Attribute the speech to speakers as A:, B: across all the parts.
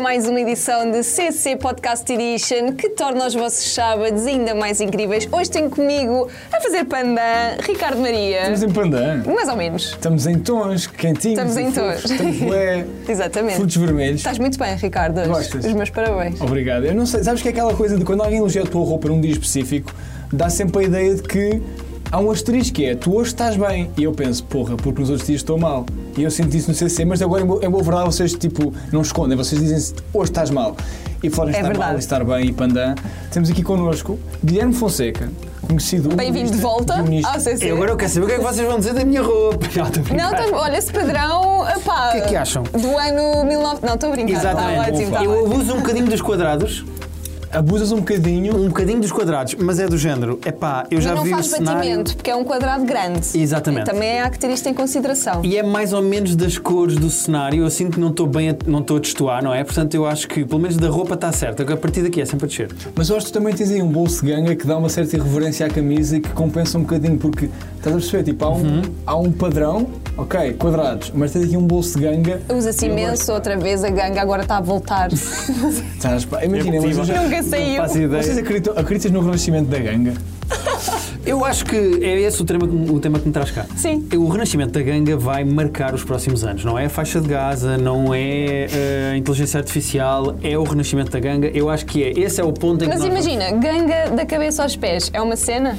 A: mais uma edição de CC Podcast Edition que torna os vossos sábados ainda mais incríveis. Hoje tenho comigo a fazer pandan Ricardo Maria.
B: Estamos em Pandan.
A: Mais ou menos.
B: Estamos em tons, quentinhos.
A: Estamos em
B: e
A: tons.
B: fofos.
A: Tá.
B: Estamos bué,
A: Exatamente.
B: frutos vermelhos.
A: Estás muito bem, Ricardo. hoje.
B: Gostas?
A: Os meus parabéns.
B: Obrigado. Eu não sei, sabes que é aquela coisa de quando alguém elogia a tua roupa num dia específico, dá sempre a ideia de que há um asterisco que é tu hoje estás bem. E eu penso, porra, porque nos outros dias estou mal. E eu sinto isso no CC, mas agora é em boa, em boa verdade vocês tipo não escondem, vocês dizem hoje estás mal. E fora de
A: É
B: estar
A: verdade.
B: mal e estar bem e pandan, temos aqui connosco Guilherme Fonseca, conhecido
A: Bem-vindo de
B: humorista,
A: volta
B: guionista.
A: ao CC.
C: Eu agora eu quero saber o que é que vocês vão dizer da minha roupa.
B: Não, estou a
A: Não,
B: brincar.
A: tá- olha, esse padrão. Epá,
C: O que é que acham?
A: Do ano 19. Não, estou a brincar. Tá ótimo, tá
C: eu
A: ótimo.
C: abuso um bocadinho dos quadrados,
B: Abusas um bocadinho.
C: um bocadinho dos quadrados, mas é do género. Epá, eu já
A: E não
C: vi o
A: faz
C: cenário.
A: batimento, porque é um quadrado grande.
C: Exatamente.
A: Também é há que ter isto em consideração.
C: E é mais ou menos das cores do cenário. Eu sinto que não estou bem, a, não estou a destoar, não é? Portanto, eu acho que pelo menos da roupa está certa. A partir daqui é sempre a descer.
B: Mas eu acho que tu também tens aí um bolso de ganga que dá uma certa irreverência à camisa e que compensa um bocadinho, porque estás a perceber? Tipo, há um, há um padrão, ok, quadrados, mas tens aqui um bolso de ganga.
A: Usa-se imenso outra vez a ganga, agora está a voltar.
B: Estás, pá, imagina,
C: Eu
B: mas eu
C: tive-
A: Nunca
B: já-
A: saiu.
C: faço ideia.
B: vocês acreditam, acreditas no renascimento da ganga?
C: Eu acho que é esse o tema, que me- o tema que me traz cá.
A: Sim.
C: O renascimento da ganga vai marcar os próximos anos. Não é a faixa de Gaza, não é eh, a inteligência artificial, é o renascimento da ganga. Eu acho que é. Esse é o ponto em que.
A: Mas
C: nós vamos-
A: imagina, ganga da cabeça aos pés, é uma cena?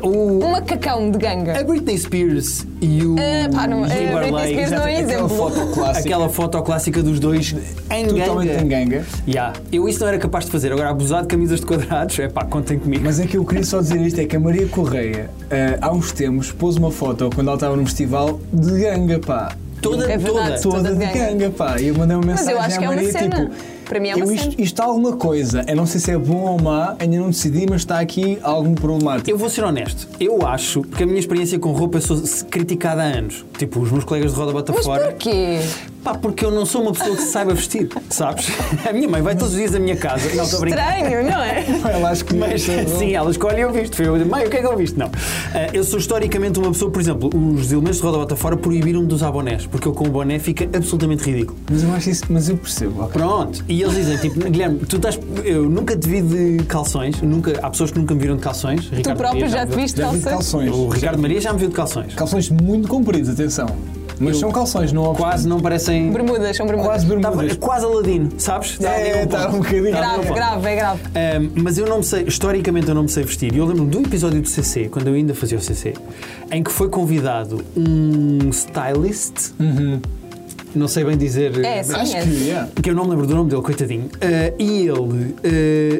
C: O,
A: Um macacão de
C: a
A: ganga.
C: Britney Spears e o.
A: Ah, pá, não, a
C: Timberlake,
A: Britney Spears não é
B: Aquela
C: exatamente,
A: exemplo.
B: foto clássica.
C: Aquela foto clássica dos dois em
B: Totalmente em
C: ganga.
B: ganga.
C: Yeah. Eu isso não era capaz de fazer. Agora, abusar de camisas de quadrados, é pá, contem comigo.
B: Mas é que eu queria só dizer isto: é que a Maria Correia, eh, há uns tempos, pôs uma foto quando ela estava num festival de ganga, pá.
C: toda,
A: É verdade.
C: toda.
B: toda,
A: Toda
B: de
A: de ganga.
B: ganga. pá. E eu mandei uma
A: Mas
B: mensagem
A: eu acho
B: à
A: que é uma
B: Maria,
A: cena.
B: tipo...
A: Para mim é uma
B: eu,
A: cena.
B: isto, isto há alguma coisa, eu não sei se é bom ou má, ainda não decidi, mas está aqui algo problemático.
C: Eu vou ser honesto, eu acho, porque a minha experiência com roupa eu sou criticada há anos. Tipo, os meus colegas de roda bota
A: Mas
C: fora.
A: porquê?
C: Pá, porque eu não sou uma pessoa que saiba vestir, sabes? A minha mãe vai todos os dias à minha casa. Não, estou a brincar.
A: Estranho, não é?
B: Ela acho que é
C: Mas sim, é ela escolhe eu visto. Foi eu digo, mãe, o que é que eu visto? Não. Ah, eu sou historicamente uma pessoa, por exemplo, os elementos de roda bota fora proibiram-me de usar bonés, porque eu com o boné fica absolutamente ridículo.
B: Mas eu acho isso, mas eu percebo. ok.
C: Pronto, e eles dizem, tipo, Guilherme, tu estás. Eu nunca te vi de calções, nunca, há pessoas que nunca me viram de calções.
A: Tu
C: Ricardo
A: próprio
C: Maria
A: já
C: me
A: te
C: viu-
A: viste
B: Já vi de
A: calça?
B: calções.
C: O Ricardo Maria já me viu de calções.
B: Calções muito compridos, atenção. Mas
C: Eu-
B: são calções, não há
C: Quase não parecem.
A: Bermudas, são bermudas.
B: Quase
C: Tava,
B: bermudas.
C: quase Aladino, sabes? Dá ali
B: É,
C: ponto.
B: tá um bocadinho.
C: Dá ali
A: Grave,
C: ponto.
A: grave, é grave.
C: Ahm, mas eu não me sei, historicamente eu não me sei vestir. E eu lembro-me de um episódio do CC, quando eu ainda fazia o CC, em que foi convidado um stylist, não sei bem dizer. eh,
A: É, sim.
B: Acho que, é.
C: Que eu não me lembro do nome dele, coitadinho. Ah, e ele. ah,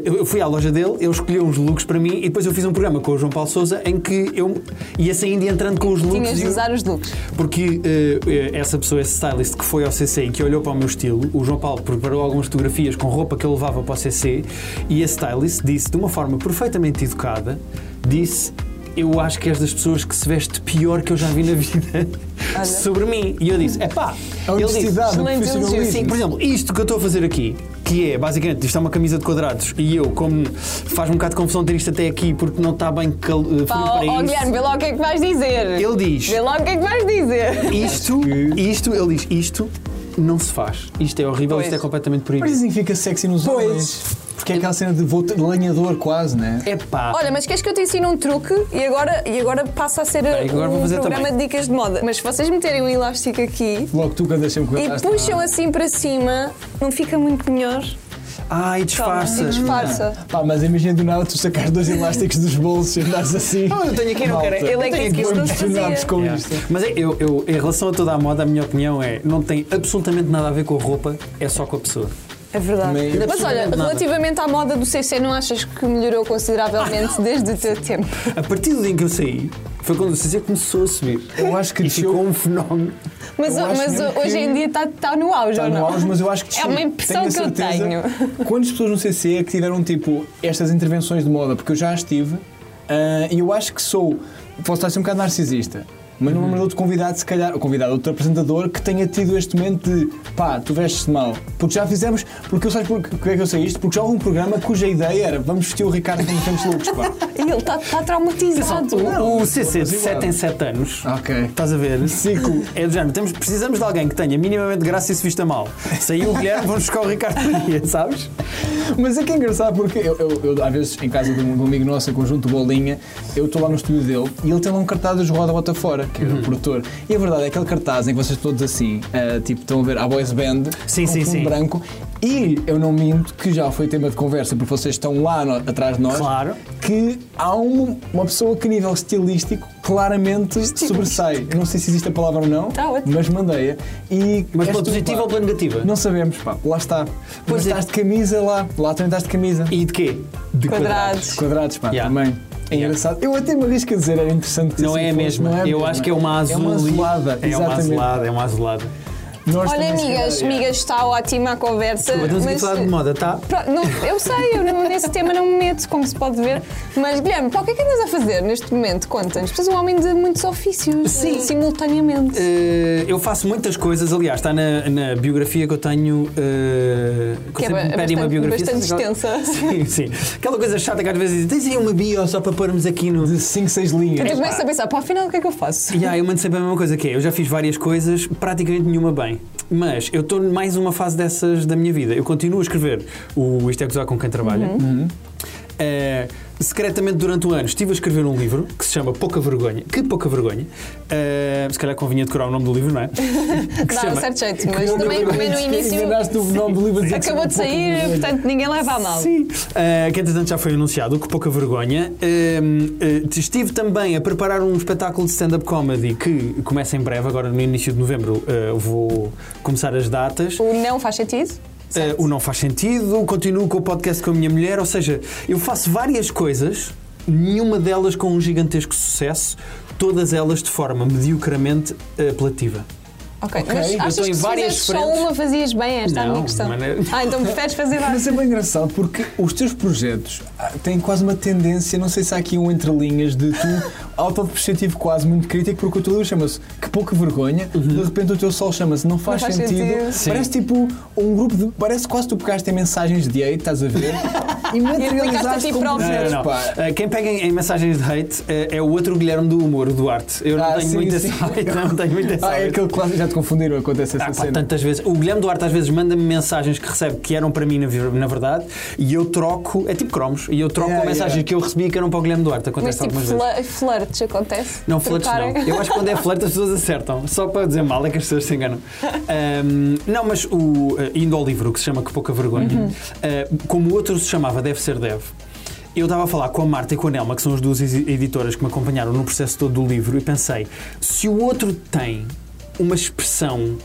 C: eu- eu fui à loja dele, ele escolheu uns looks para mim e depois eu fiz um programa com o João Paulo Souza em que eu ia saindo e entrando com os looks.
A: Tinhas
C: e
A: de
C: o-
A: usar os looks.
C: porque eh, eh, essa pessoa, esse stylist que foi ao CC e que olhou para o meu estilo, o João Paulo preparou algumas fotografias com roupa que eu levava para o CC e esse stylist disse, de uma forma perfeitamente educada, disse. Eu acho que és das pessoas que se veste pior que eu já vi na vida
A: Olha. é
C: sobre mim. E eu disse: é pá,
B: A
C: ele disse,
B: honestidade, o
A: excelente elogio,
B: profissionalismo.
C: Sim, por exemplo, isto que eu estou a fazer aqui, que é basicamente isto é uma camisa de quadrados e eu, como faz um bocado de confusão ter isto até aqui porque não está bem cal- eh, frio
A: Pá,
C: para
A: ó, ó,
C: isso.
A: Guilherme, vê lá o que é que vais dizer.
C: Ele diz-
A: Vê lá o que é que vais dizer.
C: Isto,
B: que-
C: isto, ele diz, isto não se faz. Isto é horrível,
A: Pois.
C: isto é completamente proibido.
B: Mas dizem que fica sexy nos
C: Pois.
B: homens. Porque é aquela cena de vou- lenhador quase, né?
C: É pá.
A: Olha, mas queres que eu te ensine um truque e agora, e agora passa a ser
C: agora vou
A: um
C: fazer
A: programa
C: também.
A: de dicas de moda. Mas se vocês meterem um elástico aqui
B: Logo tu que andas sempre com
A: e
B: atrás de
A: puxam assim para cima, não fica muito melhor?
C: Ai,
A: Toma,
C: disfarça.
A: disfarça.
B: nada. Pá, mas imagina do nada tu sacar dois elásticos dos bolsos e andares assim.
C: Ah, eu tenho aqui, não quero.
B: Malta,
A: Ele é que
B: tenho
A: disse que isto não se
B: emocionados
A: fazia.
B: com
C: Yeah.
B: isto.
C: Mas é, eu, eu, em relação a toda a moda, a minha opinião é não tem absolutamente nada a ver com a roupa, é só com a pessoa.
A: É verdade.
B: Também-
A: Mas olha,
C: Absolutamente nada.
A: relativamente à moda do CC, não achas que melhorou consideravelmente desde o teu tempo?
C: A partir do dia em que eu saí, foi quando o CC começou a subir.
B: Eu acho que
C: e
B: desceu-
C: ficou um fenómeno.
A: Mas,
B: Eu acho
A: mas
B: mesmo
A: hoje
B: que
A: em dia está no auge,
B: Está
A: ou não?
B: no auge, mas eu acho que
A: É uma
B: sim.
A: impressão
B: Tenho a
A: que eu
B: certeza.
A: tenho.
B: Quantas pessoas no CC é que tiveram tipo estas intervenções de moda? Porque eu já as tive ah, e eu acho que sou. Posso estar a ser um bocado narcisista. mas
A: Uhum.
B: não lembro de outro convidado, se calhar, ou convidado, outro apresentador que tenha tido este momento de pá, tu vestes-te mal. Porque já fizemos, porque eu sabes porque, porque é que eu sei isto? Porque já houve um programa cuja ideia era vamos vestir o Ricardo como estamos loucos, pá.
A: E ele está tá traumatizado.
C: Ah, O, o CC de
B: mas igual.
C: 7 em 7 anos.
B: Ok.
C: Estás a ver?
B: Ciclo.
C: É do género. Temos, precisamos de alguém que tenha minimamente graça e se vista mal. Saiu o Guilherme, vamos buscar o Ricardo Maria, sabes?
B: Mas é que é engraçado porque eu, eu- eu, às vezes em casa de um, de um amigo nosso, em conjunto Bolinha, eu estou lá no estúdio dele e ele tem lá um cartaz dos Roda Bota Fora, que
C: Uhum.
B: era o produtor. E a verdade é aquele cartaz em que vocês todos assim, ah, tipo, estão a ver a Boys Band,
C: Sim,
B: um
C: sim,
B: fundo
C: sim.
B: branco, e eu não minto que já foi tema de conversa, porque vocês estão lá no- atrás de nós,
C: Claro.
B: que há um- uma pessoa que a nível estilístico claramente sobressai. Eu não sei se existe a palavra ou não,
A: Tá ótimo.
B: mas mandei-a. E
C: Mas
B: és
C: pela
B: tu,
C: positiva
B: pá.
C: ou pela negativa?
B: Não sabemos, pá, lá está.
C: Pois
B: Pois
C: é.
B: estás de camisa lá, lá também estás de camisa.
C: E de quê? De
A: Quadrados.
B: Quadrados, pá,
C: Yeah.
B: também. É
C: Yeah.
B: engraçado. Eu até me arrisco a dizer, era interessante que
C: Não
B: assim
C: é a
B: fosse,
C: mesma.
B: não a
C: Eu
B: mesma.
C: acho que é uma azul.
B: É uma azulada,
C: É uma
B: exatamente.
C: azulada, é uma azulada.
B: Nós
A: Olha,
B: também, se
A: amigas,
B: calhar,
A: amigas, está ótima a conversa.
C: Mas estamos aqui a Então, falar de moda, tá?
A: Pro- não- eu sei, eu não- nesse tema não me meto, como se pode ver. Mas, Guilherme, pá, o que é que andas a fazer neste momento? Conta-nos. Tu és um homem de muitos ofícios,
C: Sim.
A: eh, simultaneamente.
C: Eh, eu faço muitas coisas, aliás, está na, na biografia que eu tenho. eh,
A: Que é
C: sempre
A: ba-
C: me pedem
A: bastante-
C: uma biografia.
A: bastante
C: sabe?
A: extensa.
C: Sim, sim. Aquela coisa chata que às vezes dizem: tens aí uma bio só para pormos aqui no.
B: De 5, 6 linhas.
A: eu começo a pensar, pá, afinal, o que é que eu faço?
C: Yeah, eu mando sempre a mesma coisa que é. Eu já fiz várias coisas, praticamente nenhuma bem. Mas eu estou mais uma fase dessas da minha vida. Eu continuo a escrever o Isto é Gozar com quem trabalha.
A: Uhum.
C: Eh, secretamente durante um ano estive a escrever um livro que se chama Pouca Vergonha. Que pouca vergonha. Eh, se calhar convinha decorar o nome do livro, não é? Que
A: Dá um certo jeito, mas também, também no início
B: Enganaste o nome do livro a dizer que
A: acabou de
B: sou um pouco
A: sair,
B: vermelho.
A: portanto, ninguém leva a mal.
C: Sim. Eh, que entretanto já foi anunciado, o que pouca vergonha. Eh, eh, estive também a preparar um espetáculo de stand-up comedy que começa em breve, agora no início de novembro eh, vou começar as datas.
A: O não faz sentido?
C: Eh, o não faz sentido, continuo com o podcast com a minha mulher, ou seja, eu faço várias coisas, nenhuma delas com um gigantesco sucesso, todas elas de forma mediocramente apelativa.
A: Ok,
B: Ok,
A: mas
B: eu
C: estou
A: achas
C: em
A: que se
C: várias
A: fizesse só
C: frentes.
A: uma fazias bem? Esta é a
C: Não,
A: minha questão.
C: maneira-
A: Ah, então preferes fazer várias.
B: Mas é bem engraçado porque os teus projetos ah, têm quase uma tendência, não sei se há aqui um entre linhas de tu autodepreciativo quase muito crítico, porque o teu livro chama-se Que Pouca Vergonha,
C: Uhum.
B: de repente o teu sol chama-se Não Faz,
A: Não Faz
B: sentido.
A: Sentido.
C: Sim.
B: Parece tipo um grupo de. Parece quase tu pegaste em mensagens de hate, estás a ver? E
A: aplicaste a ti
B: materializaste como
A: próprio.
C: Não,
B: projetos,
C: não, não.
B: pá.
C: Eh, Quem pega em, em mensagens de hate eh, é o outro Guilherme do Humor, o Duarte. Eu não
B: Ah,
C: tenho
B: sim,
C: muita
B: sim.
C: sorte, não tenho muita
B: Ah, é
C: sorte.
B: aquele clássico, já te confundiram, acontece essa
C: Ah, pá,
B: cena.
C: tantas vezes. O Guilherme Duarte às vezes manda-me mensagens que recebe que eram para mim na, ver- na verdade e eu troco, é tipo cromos, e eu troco
B: Yeah,
C: a mensagem
B: yeah.
C: que eu recebi que eram para o Guilherme Duarte.
A: Mas
C: Acontece
A: tipo,
C: algumas vezes.
A: fla- flirts acontece?
C: Não, flirts não.
A: Trocarem?
C: Eu acho que quando é flerte as pessoas acertam. Só para dizer mal é que as pessoas se enganam. Ahm, não, mas o, eh, indo ao livro que se chama Que Pouca Vergonha, eh, como o outro se chamava Deve Ser Deve, eu estava a falar com a Marta e com a Nelma, que são as duas edi- editoras que me acompanharam no processo todo do livro, e pensei: se o outro tem uma expressão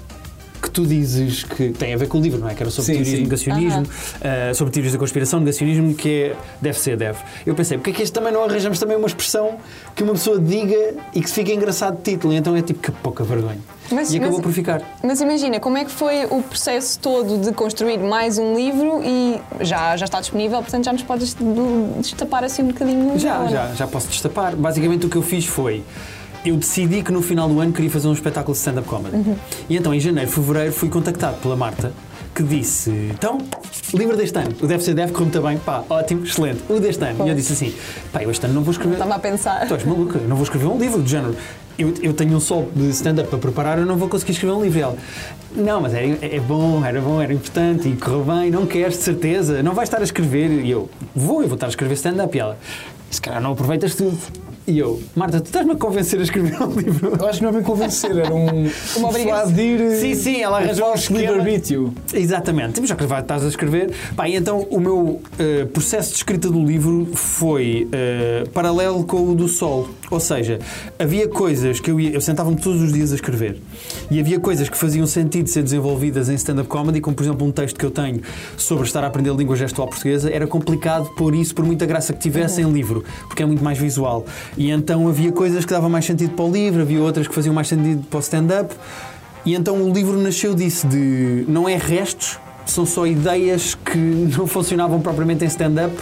C: que tu dizes que tem a ver com o livro, não é? Que era sobre
B: Sim,
C: teorias
B: sim.
C: de negacionismo, eh, sobre teorias da conspiração, negacionismo, que é deve ser, deve. Eu pensei, porque é que este também não arranjamos também uma expressão que uma pessoa diga e que se fique engraçado de título? E Então é tipo que pouca vergonha.
A: Mas-
C: e acabou
A: mas-
C: por ficar.
A: Mas imagina, como é que foi o processo todo de construir mais um livro e já, já está disponível, portanto já nos podes destapar assim um bocadinho? ou
C: Já,
A: não?
C: já, já posso destapar. Basicamente o que eu fiz foi. Eu decidi que no final do ano queria fazer um espetáculo de stand-up comedy.
A: Uhum.
C: E então, em janeiro, fevereiro, fui contactado pela Marta, que disse: Então, livro deste ano. O Deve Ser Deve correu muito bem, pá, ótimo, excelente. O deste ano. E eu disse assim: pá, eu este ano não vou escrever.
A: Estava a pensar.
C: Tu és maluca, eu não vou escrever um livro do género. Eu, eu tenho um sol de stand-up para preparar, eu não vou conseguir escrever um livro. E Ela, não, mas é, é bom, era bom, era importante e correu bem, não queres, de certeza, não vais estar a escrever. E eu, vou, eu vou estar a escrever stand-up. E ela, se calhar não aproveitas tudo. E eu, Marta, tu estás-me a convencer a escrever um livro?
B: Eu acho que não é bem convencer, era um.
A: Uma obrigação.
B: persuadir,
C: Sim, sim, ela arranjou um
B: um falso
C: esquema.
B: livre-arbítrio.
C: Exatamente, temos já que vai- estás a escrever. Pá, e então o meu eh, processo de escrita do livro foi eh, paralelo com o do Sol. Ou seja, havia coisas que eu ia. Eu sentava-me todos os dias a escrever. E havia coisas que faziam sentido ser desenvolvidas em stand-up comedy, como por exemplo um texto que eu tenho sobre estar a aprender língua gestual portuguesa. Era complicado pôr isso, por muita graça que tivesse, em livro, porque é muito mais visual. E então havia coisas que davam mais sentido para o livro, havia outras que faziam mais sentido para o stand-up. E então o livro nasceu disso, de não é restos, são só ideias que não funcionavam propriamente em stand-up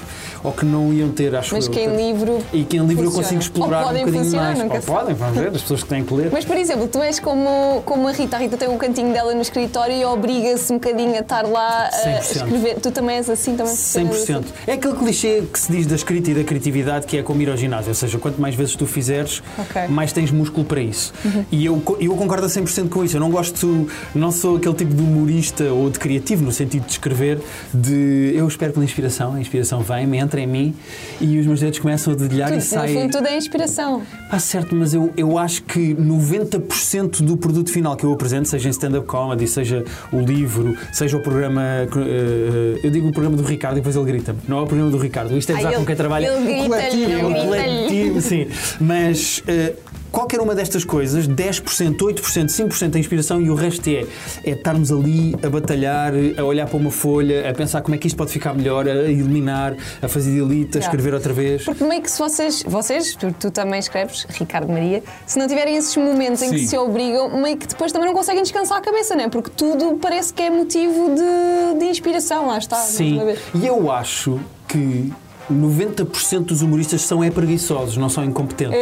C: ou que não iam ter, acho
A: Mas
C: eu.
A: que em livro
C: E que em livro eu
A: funciona.
C: consigo explorar
A: Ou podem
C: um bocadinho
A: funcionar,
C: mais.
A: nunca
C: Ou
A: se
C: podem, vamos ver, as pessoas que têm que ler.
A: Mas, por exemplo, tu és como, como a Rita. A Rita tem um cantinho dela no escritório e obriga-se um bocadinho a estar lá a
C: 100%.
A: escrever. Tu também és assim, também funcionas
C: 100%. É aquele clichê que se diz da escrita e da criatividade que é como ir ao ginásio, ou seja, quanto mais vezes tu fizeres,
A: Ok. Uhum.
C: mais tens músculo para isso. E eu, co- eu concordo a 100% com isso. Eu não gosto, não sou aquele tipo de humorista ou de criativo no sentido de escrever, de eu espero pela inspiração, a inspiração vem, me entra em mim e os meus dedos começam a dedilhar
A: assim.
C: e
A: Tudo, no
C: saem.
A: fundo, tudo é inspiração.
C: Pá, Ah, certo, mas eu, eu acho que 90% do produto final que eu apresento, seja em stand-up comedy, seja o livro, seja o programa. eh, eu digo o programa do Ricardo e depois ele grita-me. Não é o programa do Ricardo, isto é
A: Ai,
C: usar
A: ele-
C: com quem trabalha.
A: ele grita-lhe,
C: o coletivo,
A: ele
C: é o
A: grita-lhe.
C: coletivo, sim. Mas. eh, Qualquer uma destas coisas, 10%, 8%, 5% é inspiração e o resto é, é estarmos ali a batalhar, a olhar para uma folha, a pensar como é que isto pode ficar melhor, a eliminar, a fazer delete,
A: Yeah.
C: a escrever outra vez.
A: Porque meio é que se vocês, vocês tu, tu também escreves, Ricardo Maria, se não tiverem esses momentos em que
B: Sim.
A: se obrigam, meio que depois também não conseguem descansar a cabeça, não é? Porque tudo parece que é motivo de, de inspiração, lá
B: Ah,
A: está. mais
C: Sim,
B: é
A: uma vez.
C: e eu acho que 90% dos humoristas são é preguiçosos, não são
B: É,
C: incompetentes.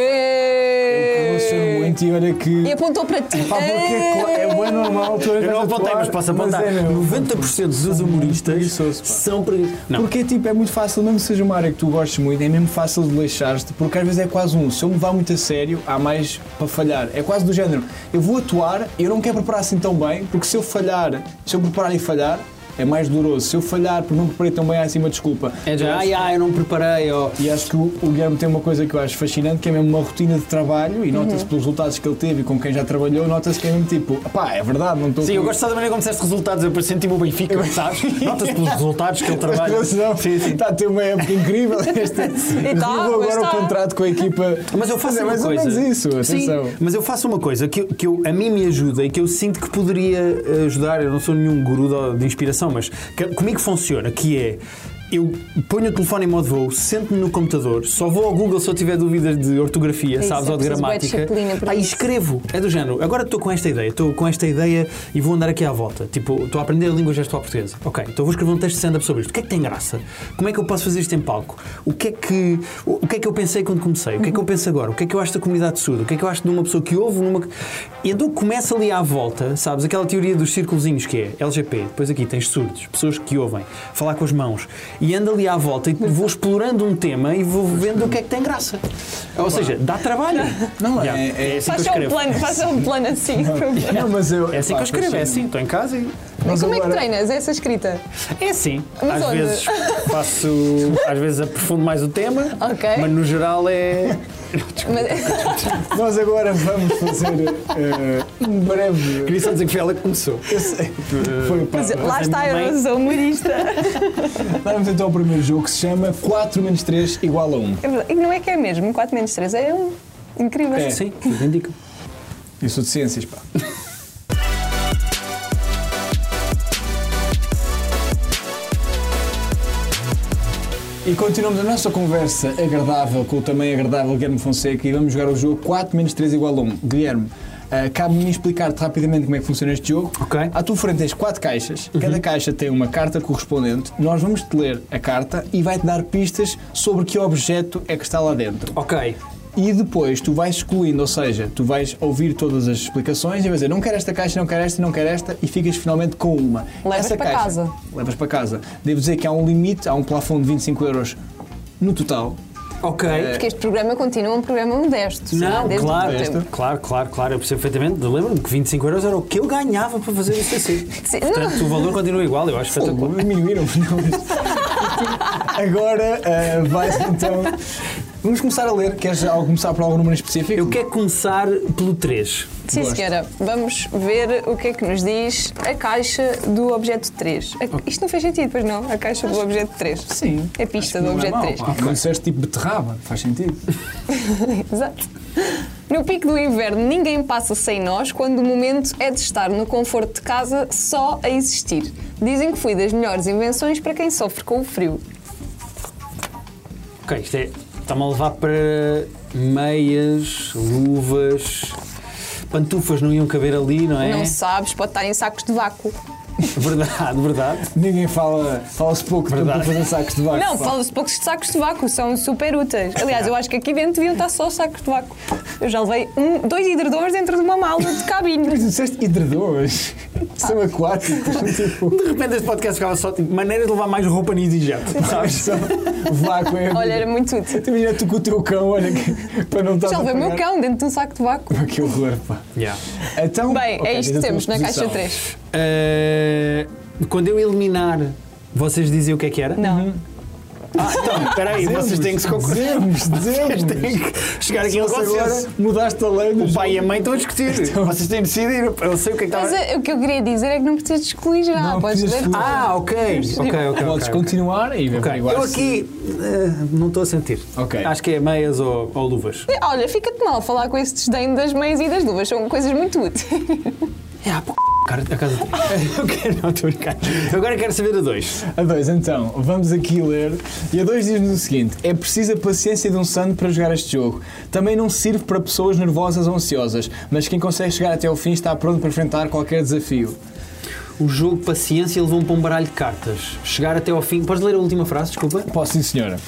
B: Relaciono muito e olha que.
A: É. E apontou para ti.
B: Pá, porque é cla- é bem normal. tu
C: Eu
B: estás
C: não
B: a
C: apontei,
B: atuar,
C: mas posso apontar.
B: mas é meu.
C: 90% dos humoristas
B: preguiçosos, pá.
C: são preguiçosos. Não,
B: Porque tipo, é muito fácil, mesmo que seja uma área que tu gostes muito, é mesmo fácil de leixar-te, porque às vezes é quase um, se eu me levar muito a sério, há mais para falhar. É quase do género, eu vou atuar, eu não quero preparar assim tão bem, porque se eu falhar, se eu preparar e falhar, é mais doloroso. Se eu falhar porque não preparei tão bem, há assim uma desculpa.
C: é já, ai, ai, eu não me preparei, ó.
B: E acho que o o Guilherme tem uma coisa que eu acho fascinante, que é mesmo uma rotina de trabalho, e nota-se
A: Uhum.
B: pelos resultados que ele teve e com quem já trabalhou, nota-se que é mesmo tipo, pá, é verdade, não estou
C: Sim,
B: com-
C: eu gosto só da maneira como é disseste resultados, eu parece senti-me o Benfica, sabes? Nota-se pelos resultados que ele trabalha.
B: Não,
C: Sim, sim.
B: Está a ter uma época incrível. Este, renovou
A: mas tá.
B: agora o contrato com a equipa.
C: Mas eu faço
B: é
C: uma
B: mais
C: coisa.
B: ou menos isso, atenção.
C: Sim, mas eu faço uma coisa que, que eu, a mim me ajuda e que eu sinto que poderia eh, ajudar. Eu não sou nenhum guru de, de inspiração, mas que- comigo funciona, que é. Eu ponho o telefone em modo voo, sento-me no computador, só vou ao Google se eu tiver dúvidas de ortografia,
A: isso,
C: sabes,
A: é
C: ou de
A: preciso bué de
C: gramática.
A: disciplina para
C: Aí
A: isso.
C: escrevo. É do género. Agora estou com esta ideia, estou com esta ideia e vou andar aqui à volta. Tipo, estou a aprender a língua gestual portuguesa. Ok, então vou escrever um texto de stand-up sobre isto. O que é que tem graça? Como é que eu posso fazer isto em palco? O que é que, o, o que, é que eu pensei quando comecei? O que é que eu penso agora? O que é que eu acho da comunidade surda? O que é que eu acho de uma pessoa que ouve numa. E então começa ali à volta, sabes? Aquela teoria dos círculozinhos que é LGP, depois aqui tens surdos, pessoas que ouvem, falar com as mãos. E ando ali à volta e vou explorando um tema e vou vendo o que é que tem graça. Ou seja, dá trabalho.
B: Não, é- é-
C: assim que eu
A: Faça um
C: escrevo.
A: plano, faça um plano assim. por favor.
B: Não, mas eu,
C: É assim que
B: pá,
C: eu escrevo, é
B: fascina.
C: assim, estou em casa e.
A: E
B: Nós
A: como é que
B: agora-
A: treinas essa escrita?
C: É assim.
A: Mas
C: às
A: onde?
C: vezes faço. Às vezes aprofundo mais o tema,
A: Ok.
C: mas no geral é.
A: Mas-
B: Nós agora vamos fazer eh, um breve.
C: Queria só dizer que foi ela que começou.
B: Esse- Foi pá.
A: mas é, lá está,
C: minha
A: eu
C: mãe-
A: sou humorista.
B: Vamos então ao primeiro jogo que se chama 4 menos 3 igual a 1.
A: E não é que é mesmo, 4 menos 3 é um. Incrível.
B: É.
C: Sim, indica.
B: Eu sou de ciências, pá. E continuamos a nossa conversa agradável com o também agradável Guilherme Fonseca e vamos jogar o jogo 4 menos 3 igual a 1. Guilherme, ah, cabe-me explicar-te rapidamente como é que funciona este jogo.
C: Ok.
B: À tua frente tens quatro caixas, cada caixa tem uma carta correspondente. Nós vamos-te ler a carta e vai-te dar pistas sobre que objeto é que está lá dentro.
C: Ok.
B: E depois tu vais excluindo, ou seja, tu vais ouvir todas as explicações e vais dizer não quero esta caixa, não quero esta, não quero esta e ficas finalmente com uma.
A: Levas
B: Essa
A: para
B: caixa-
A: casa.
B: Levas para casa. Devo dizer que há um limite, há um plafond de 25 euros no total.
C: Ok.
A: Porque este programa continua um programa modesto. sei lá,
C: Não,
A: desde
C: claro,
A: o tempo.
C: claro, claro, claro, eu percebo perfeitamente. Lembro-me que 25 euros era o que eu ganhava para fazer o CC.
A: Sim, não.
C: Portanto, o valor continua igual, eu acho espetacular.
B: Diminuíram. não. Agora ah, vais então. Vamos começar a ler. Queres já começar por algum número específico?
C: Eu quero começar pelo 3.
A: Sim,
B: Gosto.
A: senhora. Vamos ver o que é que nos diz a caixa do objeto 3. Isto não fez sentido, pois não? A caixa do objeto 3.
B: Sim.
A: A pista do
B: Não é
A: objeto
B: mau,
A: 3.
B: pá. Não disseste tipo beterraba, faz sentido.
A: Exato. No pico do inverno, ninguém passa sem nós quando o momento é de estar no conforto de casa só a existir. Dizem que fui das melhores invenções para quem sofre com o frio.
C: Ok, isto é. Está-me a levar para meias, luvas, pantufas não iam caber ali, não é?
A: Não sabes, pode estar em sacos de vácuo.
C: Verdade, verdade.
B: Ninguém fala, fala-se pouco de
C: Verdade.
B: para fazer sacos de vácuo.
A: Não, fala-se poucos de sacos de vácuo, são super úteis. Aliás, eu acho que aqui dentro deviam estar só sacos de vácuo. Eu já levei um- dois hidredores dentro de uma mala de cabine.
B: Mas disseste hidredores. São aquáticos, são tipo.
C: De repente este podcast ficava só tipo maneira de levar mais roupa no EasyJet.
B: Sabes? São vácuo. É...
A: Olha, era muito útil.
B: Tu Imagina tu com o teu cão, olha, que, para não estar.
A: Já
B: a
A: levei o meu
B: pagar.
A: cão dentro de um saco de vácuo.
B: Que horror, pá.
C: Yeah.
B: Então,
A: Bem,
B: ok, um
A: é isto que
B: ainda
A: temos na caixa
B: exposição.
A: 3.
C: Uh, quando eu eliminar, vocês diziam o que é que era?
A: Não.
B: Uhum.
C: Ah, então, espera aí, vocês têm que se concordar.
B: Dizemos,
C: Vocês
B: dizemos.
C: têm que chegar aqui ao
B: Mas agora
C: consenso.
B: mudaste a lei do
C: O pai e a mãe estão a discutir. Vocês têm de decidir. Eu sei o que é que
A: Mas
C: está.
A: eh, o que eu queria dizer é que não precisas de excluir já.
B: Não,
A: Podes
B: precisas
A: dizer.
B: de excluir.
C: Ah, ok. Ok, ok. ok,
B: Podes
C: ok.
B: continuar e
C: Ok,
B: averiguar
C: Eu
B: se-
C: aqui eh, não estou a sentir.
B: Ok.
C: Acho que é meias ou, ou luvas.
A: Ah, Olha, fica-te mal falar com esse desdém das meias e das luvas, são coisas muito úteis.
C: É, ah, pô, cara, a casa. Eu quero, não, estou a brincar. Agora quero saber a dois.
B: A dois, então, vamos aqui ler. E a dois diz-nos o seguinte: é preciso a paciência de um santo para jogar este jogo. Também não serve para pessoas nervosas ou ansiosas, mas quem consegue chegar até ao fim está pronto para enfrentar qualquer desafio.
C: O jogo Paciência levou-me para um baralho de cartas. Chegar até ao fim. Podes ler a última frase, desculpa?
B: Posso, sim, senhora.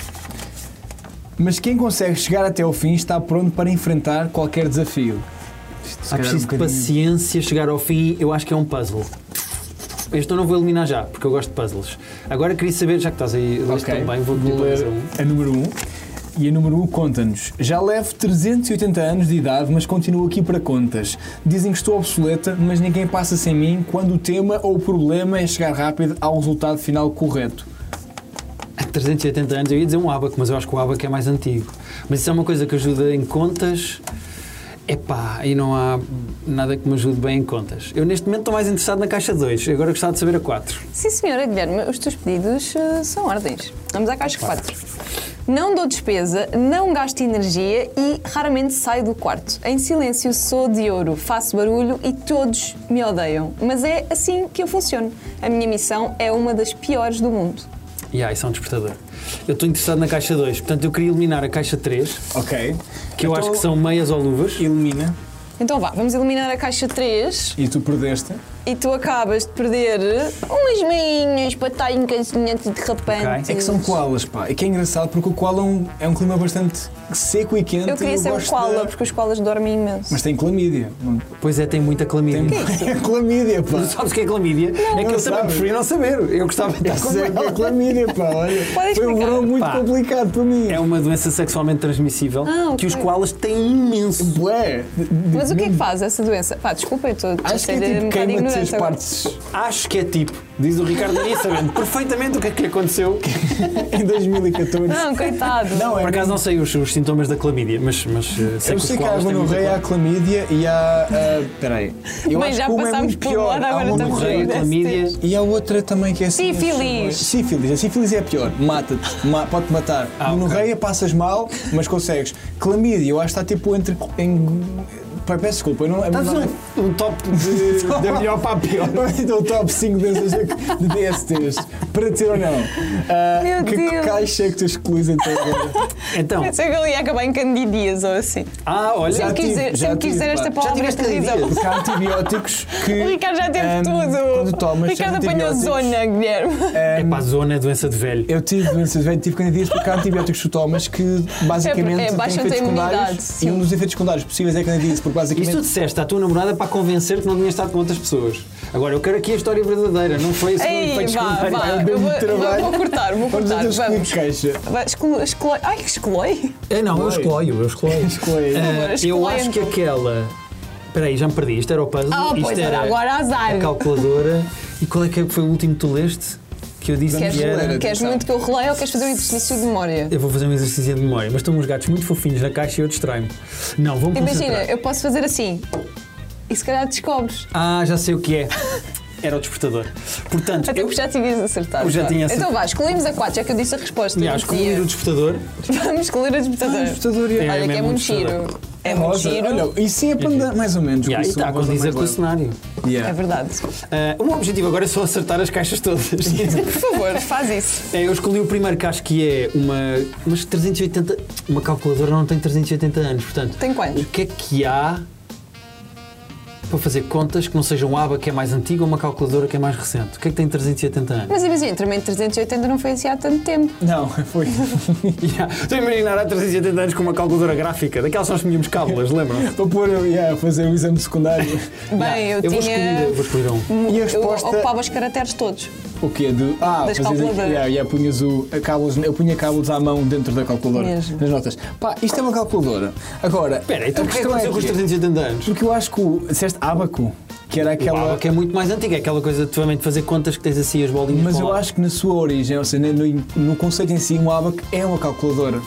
B: Mas quem consegue chegar até ao fim está pronto para enfrentar qualquer desafio. Isto, se
C: Há
B: calhar,
C: preciso de
B: um bocadinho-
C: paciência chegar ao fim. Eu acho que é um puzzle. Este eu não vou eliminar já, porque eu gosto de puzzles. Agora queria saber, já que estás aí, leste
B: Ok,
C: tão bem, vou pedir para
B: ler
C: ler um.
B: a número 1. E a número 1 conta-nos: Já levo 380 anos de idade, mas continuo aqui para contas. Dizem que estou obsoleta, mas ninguém passa sem mim quando o tema ou o problema é chegar rápido ao resultado final correto.
C: Há 380 anos, eu ia dizer um abaco, mas eu acho que o abaco é mais antigo. Mas isso é uma coisa que ajuda em contas. Epá, e não há nada que me ajude bem em contas. Eu neste momento estou mais interessado na caixa 2, agora gostava de saber a 4.
A: Sim, senhora Guilherme, os teus pedidos eh, são ordens. Vamos à caixa 4. Não dou despesa, não gasto energia e raramente saio do quarto. Em silêncio sou de ouro, faço barulho e todos me odeiam. Mas é assim que eu funciono. A minha missão é uma das piores do mundo.
C: E aí, isso é um despertador. Eu estou interessado na caixa 2, portanto eu queria eliminar a caixa 3,
B: Ok.
C: que eu
B: Então
C: acho que são meias ou luvas.
B: Elimina.
A: Então vá, vamos eliminar a caixa 3
B: E tu perdeste.
A: e tu acabas de perder umas meinhas para estar em casinhante de rapante.
B: É que são koalas, pá. E que é engraçado porque o koala é um, é um clima bastante seco e quente.
A: Eu
B: e
A: queria ser o
B: gosto
A: koala,
B: da-
A: porque os koalas dormem imenso.
B: Mas tem clamídia. Não-
C: Pois é, tem muita clamídia.
B: Tem é clamídia, pá.
C: Tu sabes o que é clamídia? é que
B: Não
C: eu
B: sabes.
C: também preferia não saber. Eu gostava de estar
B: Isso
C: com
B: é que é
C: ela.
B: clamídia, pá. Olha,
A: Podes
B: foi um
A: explicar?
B: verão muito
C: Pá.
B: complicado para mim.
C: É uma doença sexualmente transmissível
A: Ah, ok.
C: que os koalas têm imenso.
B: Bué.
A: Mas o que é que faz essa doença? Pá, desculpa, eu estou a
B: Acho que
A: ser
B: é
A: um
B: tipo
A: bocado
B: queima-te as
A: ignorante agora.
B: partes
C: Acho que é tipo, diz o Ricardo Maria, sabendo perfeitamente o que é que lhe aconteceu.
B: em 2014.
A: Não, coitado.
B: Não, é
C: Por acaso não sei os, os sintomas da clamídia, mas, mas eh, sei
B: Eu
C: que os
B: sei que há
C: koalas têm muita
B: gonorreia, há
C: clamídia.
B: clamídia e há. Espera aí. Eu
A: Bem,
B: acho
A: já
B: que uma é
A: passámos
B: muito
A: por um
B: pior.
A: lado,
B: Há
A: agora estamos
B: gonorreia
A: a
C: Gonorreia,
A: DST.
C: clamídia.
B: E há outra também que é assim.
A: Sífilis.
B: Sífilis. A sífilis é a pior. Mata-te. Ma- Pode-te matar.
C: Ah, ok.
B: gonorreia passas mal, mas consegues. Clamídia, eu acho que está tipo entre. Em... Pá, Peço desculpa, eu não. é
C: Estás
B: muito-
C: um, um top de, da melhor para a pior.
B: Então, o top 5 dessas de de DSTs, para ti ou não? Ah,
A: Meu
B: que
A: Deus.
B: caixa é que tu excluís então agora?
C: Então,
A: Pensei que ele ia acabar em candidias ou assim.
C: ah,
B: Já
A: Sempre
C: olha.
A: quis
B: tive,
A: dizer,
B: já
A: sempre quis
B: tive,
A: dizer esta
B: pá.
A: palavra na
C: Já tiveste
A: televisão.
B: Porque há antibióticos que.
A: O Ricardo já teve
B: ahm,
A: tudo.
B: Quando tomas,
A: o Ricardo
B: são
A: apanhou
B: antibióticos.
A: zona, Guilherme.
C: É para a zona é doença de velho.
B: Eu tive doenças velhas, tive candidias porque há antibióticos que tu tomas que basicamente
A: é,
B: têm
A: baixam-te a
B: efeitos
A: imunidade,
B: secundários.
A: sim.
B: E um dos efeitos secundários possíveis é candidias, porque
C: Isso tu
B: basicamente.
C: disseste à tua namorada para convencer que não tinha estado com outras pessoas. Agora, eu quero aqui a história verdadeira, não foi isso que
A: Ei,
C: foi
A: vá,
C: secundário.
A: vá.
B: Ai, deu
A: Eu vou,
B: muito trabalho.
A: vou, vou cortar, vou
B: Vamos
A: cortar.
B: então escolher
A: é Vamos.
B: queixa.
A: Vai, exclu- exclui- Ai, exclui.
C: É, não, eu escolho, eu escolho.
A: É
B: Escolhe.
C: Ah, eu
A: Escolhe,
C: acho que
A: então.
C: aquela. Espera aí, já me perdi. Isto era o puzzle.
A: Ah,
C: isto
A: pois
C: era
A: era agora azar.
C: a calculadora. E qual é que foi o último que tu leste? Que eu disse
A: Queres,
C: que era.
B: Acelera,
A: queres
B: atenção.
A: muito que eu releie ou queres fazer um exercício de memória?
C: Eu vou fazer um exercício de memória, mas estão uns gatos muito fofinhos na caixa e eu distraio-me. Não, vamos
A: Imagina,
C: concentrar.
A: eu posso fazer assim. E se calhar descobres.
C: Ah, já sei o que é. Era o despertador. Portanto,
A: Até
C: eu
A: porque já tinhas acertado.
C: Eu já
A: vá.
C: tinha acertado.
A: Então vá, escolhemos a 4, já que eu disse a resposta.
C: aliás,
A: Não tinha.
C: escolher o despertador.
A: Vamos escolher a despertador.
B: despertador, é.
A: Olha, que é
C: mesmo
A: muito
C: um despertador.
A: giro. É muito
B: Rosa,
A: giro.
B: Olha, isso sim é para andar, mais ou menos.
C: Uhum. E aí
B: isso
C: está a
B: mais ou
C: condizer
B: menos
C: com o
B: leve.
C: cenário.
B: Yeah.
A: É verdade.
C: Ah, o meu objetivo agora é só acertar as caixas todas.
A: Por favor, faz isso.
C: É, eu escolhi o primeiro que acho que é uma. Mas 380. Uma calculadora não tem 380 anos, portanto.
A: Tem quantos?
C: O que é que há é para fazer contas que não seja um aba que é mais antigo ou uma calculadora que é mais recente. O que é que tem 380 anos?
A: Mas imagina, também 380 não foi assim há tanto tempo.
B: Não, foi.
C: Yeah. Estou a imaginar há 380 anos com uma calculadora gráfica, daquelas que nós tínhamos cábulas, lembram-se?
B: Para pôr eu yeah, a fazer o exame secundário.
A: Bem, eu,
C: eu vou
A: tinha.
C: escolher, vou escolher um.
B: E a
A: Hum, Eu
B: resposta-
A: ocupava os caracteres todos.
B: O quê? De, ah,
A: Das
B: fazias aqui-
A: calculadoras.
B: Yeah, yeah, punhas o, a cábulas, eu punha cábulas à mão dentro da calculadora,
A: Mesmo.
B: nas notas. Pá, isto é uma calculadora. Agora,
C: Espera, então
B: a
C: o que é que
B: questão
C: aconteceu com os
B: que-
C: 380 anos?
B: Porque eu acho que o, disseste abaco, que era
C: O
B: aquela.
C: aba que é muito mais antigo, é aquela coisa de tu realmente fazer contas que tens assim as bolinhas
B: Mas
C: para
B: eu
C: lá.
B: acho que na sua origem, ou seja, no, no conceito em si, um abaco é uma calculadora.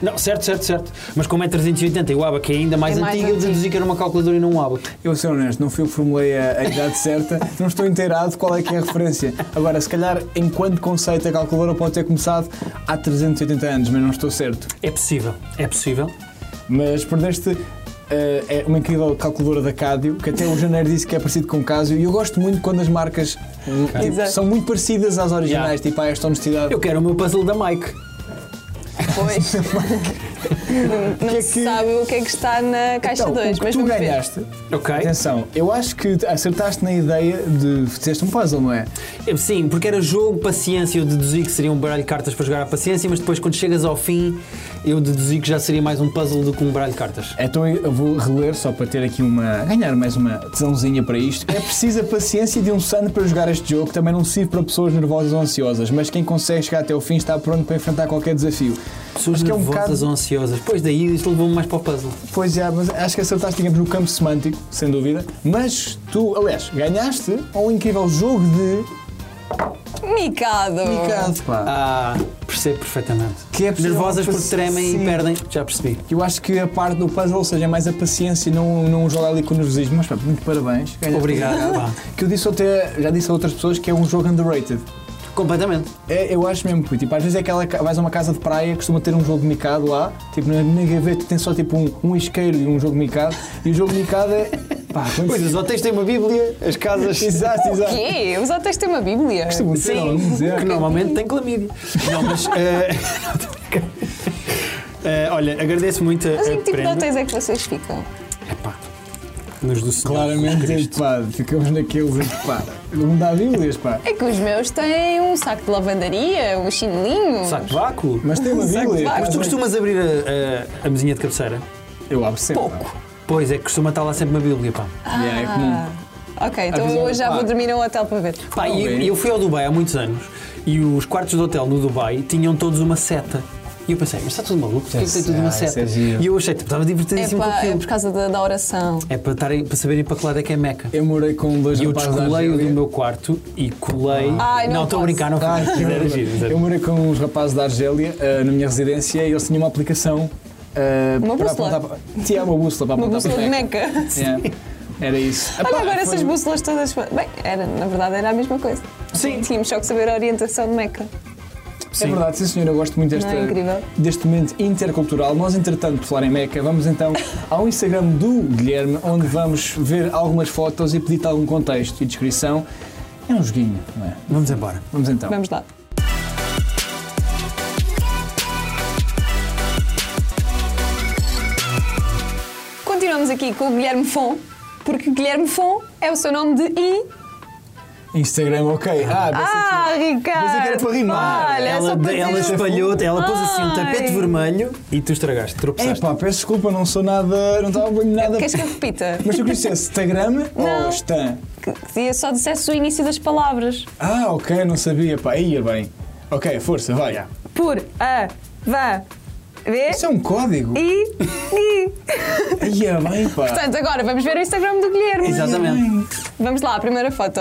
C: Não, certo, certo, certo. Mas como é 380 e o ABAC é ainda mais
A: É mais
C: antigo, eu
A: antigo.
C: deduzi que era uma calculadora e não um ABAC.
B: Eu vou ser honesto, não fui eu que formulei a, a idade certa, não estou inteirado qual é que é a referência. Agora, se calhar, enquanto conceito, a calculadora pode ter começado há 380 anos, mas não estou certo.
C: É possível, é possível.
B: Mas perdeste eh, é uma incrível calculadora da Cádio, que até o Janeiro disse que é parecido com o Casio, e eu gosto muito quando as marcas tipo,
A: Exato.
B: são muito parecidas às originais,
C: Yeah.
B: tipo, há esta honestidade.
C: Eu quero o meu puzzle da Mike.
A: Pois. não não
B: Que é
A: se
B: que-
A: sabe o que é que está na caixa
B: então,
A: 2,
B: o que
A: mas
B: tu
A: vamos ver.
B: ganhaste,
C: Ok.
B: atenção, eu acho que acertaste na ideia de fizeste um puzzle, não é?
C: É, Sim, porque era jogo, paciência, eu deduzi que seria um baralho de cartas para jogar à paciência, mas depois quando chegas ao fim, eu deduzi que já seria mais um puzzle do que um baralho de cartas.
B: Então eu vou reler só para ter aqui uma. ganhar mais uma tesãozinha para isto. É preciso a paciência de um sano para jogar este jogo, que também não sirve para pessoas nervosas ou ansiosas, mas quem consegue chegar até o fim está pronto para enfrentar qualquer desafio.
C: Pessoas
B: Acho que é um
C: nervosas
B: bocado-
C: ou ansiosas. Pois daí isto levou-me mais para o puzzle.
B: Pois é, mas acho que acertaste, digamos, no campo semântico, sem dúvida. Mas tu, aliás, ganhaste um incrível jogo de.
A: Micado.
B: picado, pá.
C: Ah, percebo perfeitamente.
B: Que é possível-
C: Nervosas porque
B: Sim.
C: tremem e perdem. Já percebi.
B: Eu acho que a parte do puzzle, ou seja, é mais a paciência, não, não jogar ali com o nervosismo. Mas pá, muito parabéns. Ganhaste
C: Obrigado.
B: um
C: pá.
B: jogo. Que eu disse até, já disse a outras pessoas que é um jogo underrated.
C: Completamente.
B: É, eu acho mesmo que, tipo, às vezes é aquela. ca- Vais a uma casa de praia, costuma ter um jogo de micado lá, tipo, na, na gaveta tem só tipo um, um isqueiro e um jogo de micado, e o jogo de micado é. pá, quando-
C: Pois, os hotéis têm uma bíblia, as casas...
B: Exato,
A: O
B: exato.
A: quê? Os hotéis têm uma Bíblia.
B: Costumam ter, não, vamos dizer.
C: que normalmente tem clamídia. Não, mas... eh, eh, olha, agradeço muito a,
A: Mas em
C: a
A: que tipo de
C: prenda.
A: hotéis é que vocês ficam?
C: Epá, nos do Senhor.
B: Claramente entupado, ficamos naqueles em que, pá, não dá bíblias, pá.
A: É que os meus têm um saco de lavandaria, um chinelinho.
C: Saco de vácuo?
B: Mas tem uma
A: Exato,
B: bíblia.
A: vai.
B: pá,
C: Mas tu costumas abrir a, a, a mesinha de cabeceira?
B: Eu abro sempre.
A: Pouco.
B: pá.
C: Pois é, que costuma estar lá sempre uma bíblia, pá.
B: Yeah, é comum.
A: Ah, ok, então
B: Avisar
A: eu
B: o
A: já
B: pai.
A: vou dormir num hotel para ver.
C: Pá, e eu,
B: bem.
C: eu fui ao Dubai há muitos anos e os quartos do hotel no Dubai tinham todos uma seta. E eu pensei, mas está tudo maluco, porque é que tem
B: Isso,
C: tudo uma
B: ah,
C: seta?
B: isso é giro.
C: e eu achei, tipo, estava
A: É,
C: divertidíssimo com
A: pá, é
C: aquilo.
A: por causa da, da oração.
C: É para, estarem- para saberem para que lado é que é Meca.
B: Eu morei com dois
C: E eu
B: rapazes da
C: descolei-o do
B: Argélia.
C: meu quarto e colei.
A: Ai, não
C: estou a
A: posso.
C: brincar, não foi.
B: Ah, que
C: Mas era
B: horror.
C: giro, mas era-
B: eu morei com uns rapazes da Argélia ah, na minha residência e eles tinham uma aplicação. ah,
A: Uma
B: para
A: bússola.
B: apontar para- Tinha uma bússola para
A: Uma
B: apontar
A: bússola
B: para
A: de
B: a terra.
A: meca.
B: É, Era isso.
A: Olha
B: tá Epá,
A: agora
B: foi-
A: essas bússolas todas. Bem, era, na verdade era a mesma coisa.
C: Sim.
A: Tínhamos só que saber a orientação de Meca.
B: É verdade, sim senhor, eu gosto muito desta,
A: Não é incrível?
B: deste momento intercultural. Nós, entretanto, por falar em Meca, vamos então ao Instagram do Guilherme, onde vamos ver algumas fotos e pedir-te algum contexto e descrição. É um joguinho, não é?
C: Vamos embora.
B: Vamos então.
A: Vamos lá. Continuamos aqui com o Guilherme Fon, porque Guilherme Fon é o seu nome de I.
B: Instagram, ok. Ah,
A: Ah, Ricardo!
B: Pensei é que era para rimar.
A: Olha, é
C: ela
A: só para dizer-
C: ela espalhou, ela pôs assim um tapete
A: Ai.
C: vermelho e tu estragaste,
B: é
C: tropeçaste.
B: pá, peço desculpa, não sou nada. Não estava bem nada.
A: Queres que eu repita?
B: Mas tu conheces é Instagram
A: Não.
B: ou Stan?
A: Que, que eu só dissesse o início das palavras.
B: Ah, ok, não sabia, pá. Ia bem. Ok, força,
A: É.
B: vai.
A: Por, a, va, v,
B: Isso é um código.
A: i, i.
B: Ia bem, pá.
A: Portanto, agora vamos ver o Instagram do Guilherme.
C: Exatamente.
A: Vamos lá, a primeira foto.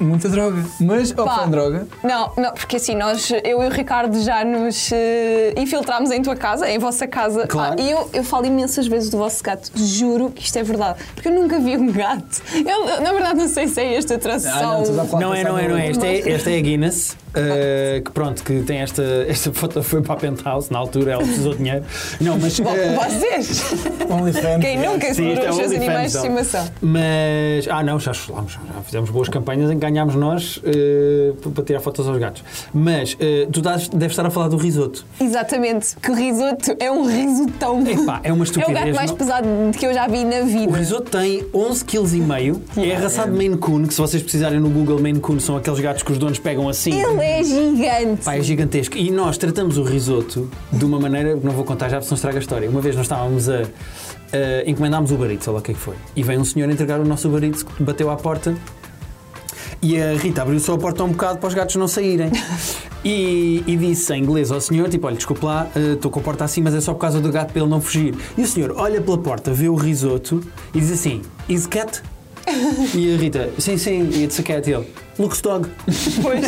B: Muita droga. Mas, ou
A: Pá.
B: foi droga?
A: Não, não, porque assim, nós, eu e o Ricardo já nos eh, infiltrámos em tua casa, em vossa casa.
C: Claro.
A: Ah, e eu, eu falo imensas vezes do vosso gato. Juro que isto é verdade. Porque eu nunca vi um gato. Eu, eu, na verdade, não sei se é esta tradução.
B: Ah, não, tu já falaste
C: é. Não é, não é, não é. Esta é, esta é a Guinness. eh, que pronto, que tem esta, esta foto foi para a Penthouse, na altura ela precisou de dinheiro. Não, mas.
A: Bom,
C: eh,
A: vocês!
B: OnlyFans.
A: Quem nunca
C: Sim, isto
A: segurou
C: é
A: os seus
C: OnlyFans,
A: animais de
C: então.
A: estimação?
C: Mas. Ah, não, já chulámos, já fizemos boas campanhas em que ganhámos nós eh, p- para tirar fotos aos gatos. Mas eh, tu dás- deves estar a falar do risoto.
A: Exatamente, que risoto é um risotão.
C: Epá, é uma
A: É o
C: estupidez,
A: gato mais
C: não?
A: pesado que eu já vi na
C: O
A: vida.
C: risoto tem 11,5 kg, é arraçado Maine Coon, que se vocês precisarem no Google, Maine Coon são aqueles gatos que os donos pegam assim.
A: Ele é gigante.
C: Pá, é gigantesco. E nós tratamos o risoto de uma maneira, não vou contar já, porque senão estraga a história. Uma vez nós estávamos a. a- encomendámos o barito, sei lá o que é que foi. E vem um senhor entregar o nosso barito, que bateu à porta. E a Rita abriu só a porta um bocado para os gatos não saírem. E, e disse em inglês ao senhor: Tipo, olha, desculpe lá, eh, estou com a porta assim, mas é só por causa do gato para ele não fugir. E o senhor olha pela porta, vê o risoto e diz assim: Is cat? E a Rita: Sim, sim, it's a cat. E ele: Looks dog.
A: Pois,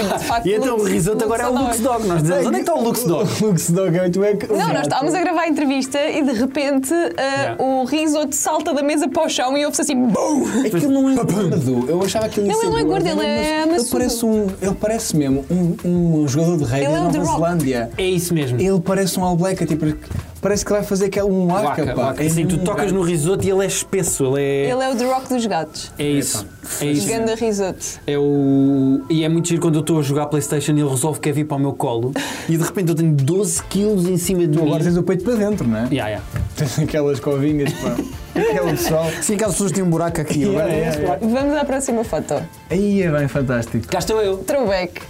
C: Pá,
A: de facto,
C: e então o
A: Lux-
C: risoto agora é o Lux Dog. Nós dizemos, onde é que está o Lux Dog?
B: tá Lux Dog é muito é que-
A: Não, nós estávamos a gravar a entrevista e de repente ah,
C: Yeah.
A: o risoto salta da mesa para o chão e ouve-se assim BUM!
B: Aquilo não é gordo. Eu achava que ele ia
A: Não,
B: ser
A: ele não é gordo, ele é
B: mas Ele
A: maçudo.
B: parece, um, ele parece mesmo um, um jogador de rei
A: Ele
B: da
A: é o The
B: Nova
A: Rock.
B: Zelândia.
C: É isso mesmo.
B: Ele parece um All Black, é tipo, parece que vai fazer aquele um arca,
C: Vaca,
B: pá.
C: vaca.
B: É
C: Sim, tu
B: um
C: tocas
B: gajo.
C: no risoto e ele é espesso. Ele é.
A: Ele é o The Rock dos gatos.
C: É isso. É isso.
A: Ganda risoto.
C: É o... E é muito giro quando eu estou a jogar Playstation e ele resolve que é vir para o meu colo e de repente eu tenho 12 quilos em cima de
B: Tu
C: mim.
B: agora tens o peito para dentro, não é?
C: Yeah, yeah.
B: Tens aquelas covinhas, pá. Aquele pessoal.
C: Sim, aquelas pessoas têm um buraco aqui.
B: agora é esse buraco.
A: Vamos à próxima foto.
B: Aí é bem fantástico.
C: Cá estou eu.
A: Throwback.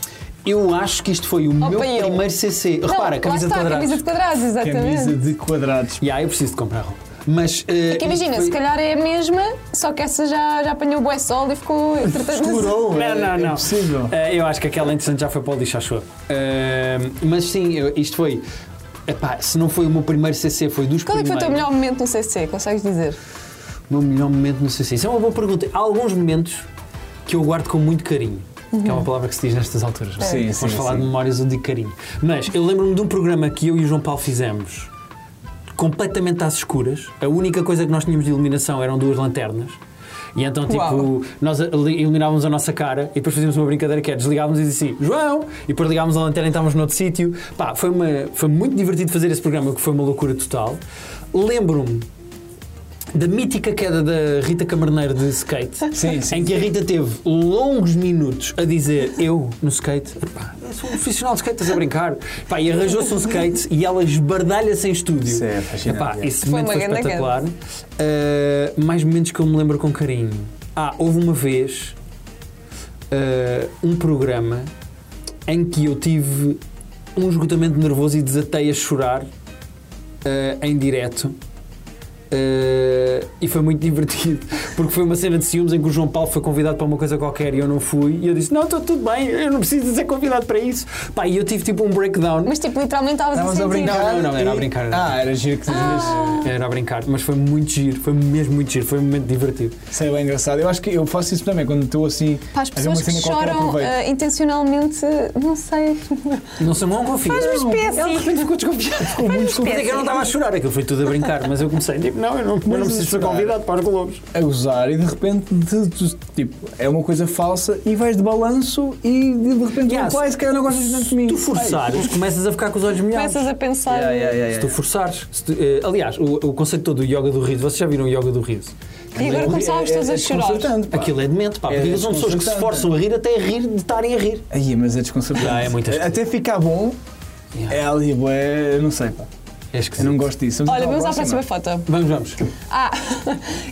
C: Eu acho que isto foi o meu
A: para ele.
C: primeiro CC. Repara,
A: Não,
C: camisa de
A: lá está,
C: quadrados.
A: camisa de quadrados, exatamente.
B: Camisa de quadrados.
C: Yeah, eu preciso de comprar roupa. Mas. eh,
A: É que imagina,
C: isto
A: se
C: foi-
A: calhar é a mesma, só que essa já, já apanhou o bué sol e ficou entretanto.
B: Explorou, é-
C: Não, não, não.
B: É possível.
C: Eh, eu acho que aquela interessante já foi para o lixo, acho eu. Eh, mas sim, eu- isto foi. Epá, se não foi o meu primeiro CC, foi dos
A: Qual é que foi o
C: primeiros.
A: teu melhor momento no CC? Consegues dizer?
C: O meu melhor momento no CC? Isso é uma boa pergunta. Há alguns momentos que eu guardo com muito carinho. Que é uma palavra que se diz nestas alturas. não é?
B: Sim,
C: Vamos
B: sim,
C: falar
B: sim.
C: de memórias, eu digo carinho. Mas eu lembro-me de um programa que eu e o João Paulo fizemos, completamente às escuras. A única coisa que nós tínhamos de iluminação eram duas lanternas. E então, tipo,
A: Uau.
C: nós ali- iluminávamos a nossa cara e depois fazíamos uma brincadeira que é desligávamos e dizia assim, João! E depois ligávamos a lanterna e estávamos noutro sítio. Pá, foi, uma, foi muito divertido fazer esse programa, que foi uma loucura total. Lembro-me da mítica queda da Rita Camarneiro de skate,
B: Sim, sim,
C: em que a Rita teve longos minutos a dizer eu no skate, "Epá, eu sou um profissional de skate, estás a brincar. Pá, e arranjou-se um skate e ela esbardalha-se em estúdio.
B: Isso é fascinante,
C: Epá,
B: é.
C: esse
A: Foi
C: momento
A: uma
C: foi
A: grande
C: espetacular. Uh, mais momentos que eu me lembro com carinho. Ah, houve uma vez uh, um programa em que eu tive um esgotamento nervoso e desatei a chorar eh, em direto. Eh, e foi muito divertido, porque foi uma cena de ciúmes em que o João Paulo foi convidado para uma coisa qualquer e eu não fui. E eu disse: Não, estou tudo bem, eu não preciso de ser convidado para isso. Pá, e eu tive tipo um breakdown.
A: Mas tipo, literalmente estavas a
B: Estávamos a
A: sentir.
B: brincar.
C: Não, não, não, era a
B: e-
C: brincar, era a
B: Ah, era giro que dizias.
C: Era a brincar, mas foi muito giro, foi mesmo muito giro, foi um momento divertido.
B: Isso é bem engraçado. Eu acho que eu faço isso também, quando estou assim.
A: Para as
B: a ver uma
A: pessoas que
B: cena qualquer,
A: choram
B: aproveito.
A: ah, intencionalmente, não sei.
C: Não sou não confio.
A: Faz-me espécie.
C: Ele de repente ficou desconfiado. Ficou muito desconfiado. É que eu não estava a chorar, aquilo foi tudo a brincar, mas eu comecei: tipo, Não, eu não, eu não
B: a
C: preciso ser
B: chorar.
C: convidado para os Globos.
A: eh,
B: a gozar e de repente de- de- tipo, é uma coisa falsa e vais de balanço e de de repente
C: Yeah,
B: um pai
C: se-
B: se calhar não gostas tanto de mim.
C: Se tu forçares, começas a ficar com os olhos molhados.
A: Começas a pensar.
B: Yeah, yeah, yeah,
C: Se
B: yeah.
C: tu forçares. se tu- eh, aliás, o, o conceito todo do yoga do riso, vocês já viram o yoga do riso? é
A: E agora
B: é,
A: começavas todos a chorar.
B: desconcertante, pá.
C: Aquilo é demente, pá.
B: É
C: porque são pessoas que se
B: desconcertante.
C: forçam a rir até a rir de estarem a rir.
B: Aí, mas é desconcertante.
C: Já, é muitas
B: Até ficar bom,
C: Yeah.
B: é ali, é, eu não sei, pá.
C: É
B: Eu
C: esquisito.
B: não gosto disso. então
A: Olha, vamos à próxima foto.
C: Vamos, vamos.
A: Ah,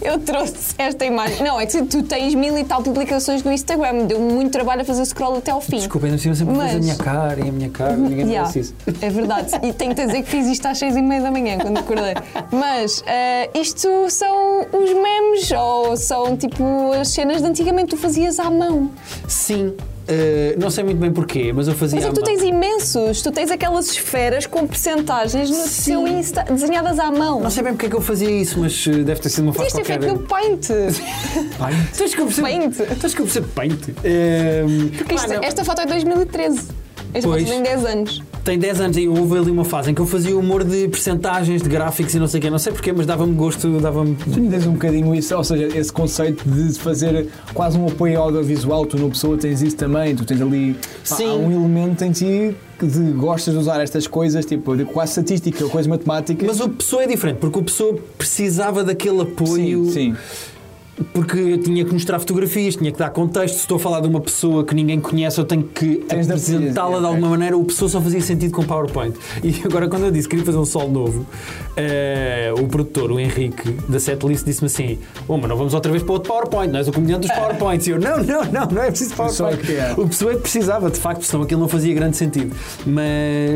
A: eu trouxe esta imagem. Não, é que tu tens mil e tal publicações no Instagram. Deu muito trabalho a fazer scroll até ao fim.
C: Desculpa, ainda por cima sempre
A: Mas-
C: fez a minha cara e a minha cara, ninguém
A: Yeah,
C: merece isso.
A: é verdade. E tenho que dizer que fiz isto às seis e meia da manhã, quando acordei. Mas eh, isto são os memes ou são tipo as cenas de antigamente tu fazias à mão.
C: Sim, eh, não sei muito bem porquê, mas eu fazia.
A: Mas é que
C: à
A: tu
C: mão.
A: tens imensos. Tu tens aquelas esferas com percentagens no
C: Sim.
A: seu Insta desenhadas à mão.
C: Não sei bem porque é que eu fazia isso, mas eh, deve ter sido uma fase
A: Isto é
C: qualquer.
A: feito no Paint.
C: Paint. Tu és que eu percebo.
A: Paint.
C: Tu és que eu percebo paint. Eh,
A: Porque
C: pá,
A: isto- é
C: não.
A: esta foto é de 2013. Esta
C: Pois.
A: foto tem 10 anos.
C: tem 10 anos e houve ali uma fase em que eu fazia humor de percentagens, de gráficos e não sei o quê, não sei porquê, mas dava-me gosto, dava-me.
B: Tu me dizes um bocadinho isso, ou seja, esse conceito de fazer quase um apoio audiovisual, tu no pessoa tens isso também, tu tens ali pá,
C: Sim.
B: há um elemento em ti que de, gostas de usar estas coisas, tipo, eu digo quase estatística, ou coisas matemáticas.
C: Mas o pessoa é diferente, porque o pessoa precisava daquele apoio.
B: sim, sim.
C: Porque eu tinha que mostrar fotografias, tinha que dar contexto. Se estou a falar de uma pessoa que ninguém conhece, eu tenho que
B: Tens de é.
C: apresentá-la
B: apresentar,
C: de alguma
B: ok.
C: maneira. O pessoa só fazia sentido com PowerPoint. E agora, quando eu disse que queria fazer um sol novo, eh, o produtor, o Henrique, da setlist, disse-me assim: Oh, mas não vamos outra vez para outro PowerPoint, nós o comediante dos PowerPoints. E eu: Não, não, não, não é preciso
B: Só
C: PowerPoint.
B: é que é.
C: O pessoa é que precisava, de facto, senão aquilo não fazia grande sentido.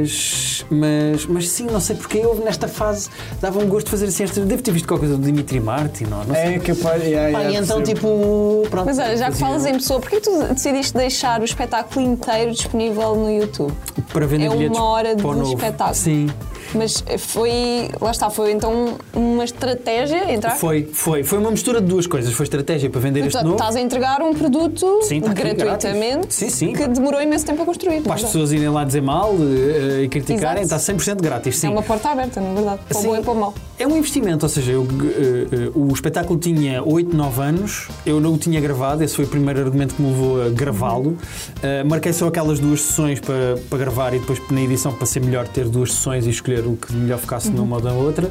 C: Mas. Mas, mas sim, não sei porque eu, nesta fase, dava um gosto de fazer assim. esta- Devo ter visto qualquer coisa do Dimitri Martin, ou não sei.
B: É capaz. Yeah,
C: Pá,
B: yeah,
C: e então,
B: percebo.
C: tipo, pronto.
A: Mas olha, já que
C: fazia-
A: falas em pessoa, porquê que tu decidiste deixar o espetáculo inteiro disponível no YouTube?
C: Para vender
A: é uma
C: bilhetes
A: hora de
C: para o novo.
A: espetáculo.
C: Sim,
A: Mas foi, lá está, foi então uma estratégia entrar.
C: foi, foi. Foi uma mistura de duas coisas. Foi estratégia para
A: Tá,
C: vender este novo.
A: Estás a entregar um produto
C: Sim, está aqui,
A: gratuitamente
C: grátis. Sim, sim.
A: que demorou imenso tempo a construir. é
C: Para as pessoas irem lá dizer mal eh, eh, e criticarem,
A: Exato.
C: está 100% grátis, sim.
A: É uma porta aberta, na verdade, para o
C: Sim.
A: bom e para o mau.
C: É um investimento, ou seja, eu, eh, eh, o espetáculo tinha 8, 9 anos, eu não o tinha gravado, esse foi o primeiro argumento que me levou a gravá-lo. Eh, marquei só aquelas duas sessões para, para gravar e depois na edição para ser melhor ter duas sessões e escolher o que melhor ficasse numa ou na outra.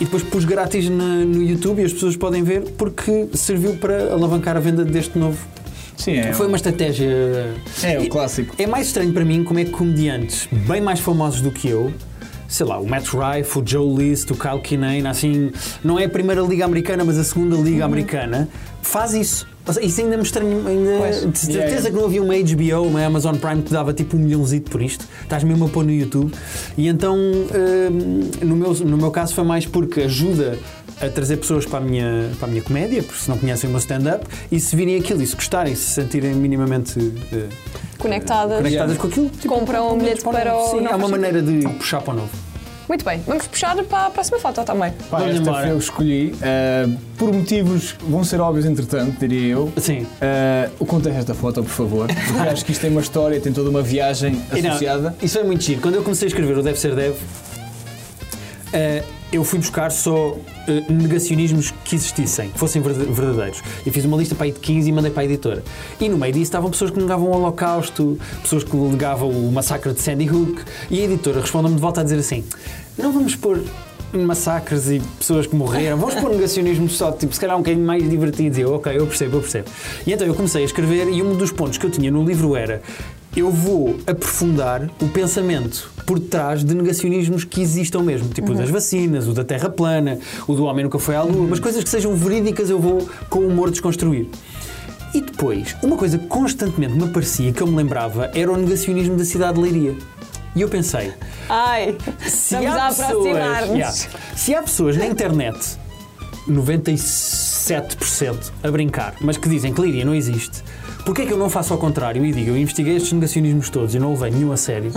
C: E depois pus grátis na- no YouTube e as pessoas podem ver porque serviu para alavancar a venda deste novo.
B: Sim, é.
C: Foi uma estratégia.
B: É, o
C: E-
B: clássico.
C: é mais estranho para mim como é que comediantes bem mais famosos do que eu, sei lá, o Matt Rife, o Joe List, o Kyle Kinane, assim, não é a primeira liga americana, mas a segunda liga
B: Uhum.
C: americana, faz isso. Ou seja, Isso ainda me estranho, ainda,
A: Pois.
C: de certeza
B: Yeah.
C: que não havia uma HBO, uma Amazon Prime que dava tipo um milhãozito por isto. Estás mesmo a pôr no YouTube. E então, hum, no, meu, no meu caso, foi mais porque ajuda a trazer pessoas para a minha, para a minha comédia, porque se não conhecem o meu stand-up, e se virem aquilo e se gostarem, se sentirem minimamente eh,
A: Conectadas.
C: conectadas
B: Yeah.
C: com aquilo,
A: Compram um bilhete para o.
C: Sim,
A: não
C: é uma
A: faz
C: maneira de puxar para o novo.
A: sentido. Muito bem, vamos puxar para a próxima foto também.
B: Pá,
C: Vamos
B: esta
C: embora.
B: foi eu que escolhi, eh, por motivos que vão ser óbvios, entretanto, diria eu.
C: Sim.
B: Eh, o contexto desta foto, por favor, porque acho que isto tem uma história, tem toda uma viagem
C: E não,
B: associada.
C: isso é muito giro. Quando eu comecei a escrever o Deve Ser Deve, eh, eu fui buscar só eh, negacionismos que existissem, que fossem verde- verdadeiros. E fiz uma lista para aí de 15 e mandei para a editora. E no meio disso estavam pessoas que negavam o Holocausto, pessoas que negavam o massacre de Sandy Hook. E a editora respondeu-me de volta a dizer assim: não vamos pôr massacres e pessoas que morreram, vamos pôr negacionismo só, tipo, se calhar um bocadinho mais divertido. E eu, ok, eu percebo, eu percebo. E então eu comecei a escrever e um dos pontos que eu tinha no livro era eu vou aprofundar o pensamento por trás de negacionismos que existam mesmo, tipo o das vacinas, o da terra plana, o do homem nunca foi à lua, mas coisas que sejam verídicas eu vou com humor desconstruir. E depois, uma coisa que constantemente me aparecia, que eu me lembrava, era o negacionismo da cidade de Leiria. E eu pensei,
A: Ai,
C: se
A: estamos
C: há
A: a
C: pessoas,
A: aproximar-nos.
C: Yeah. se há pessoas na internet, 97% a brincar, mas que dizem que Líria não existe, porquê é que eu não faço ao contrário e digo, eu investiguei estes negacionismos todos e não levei nenhum a sério?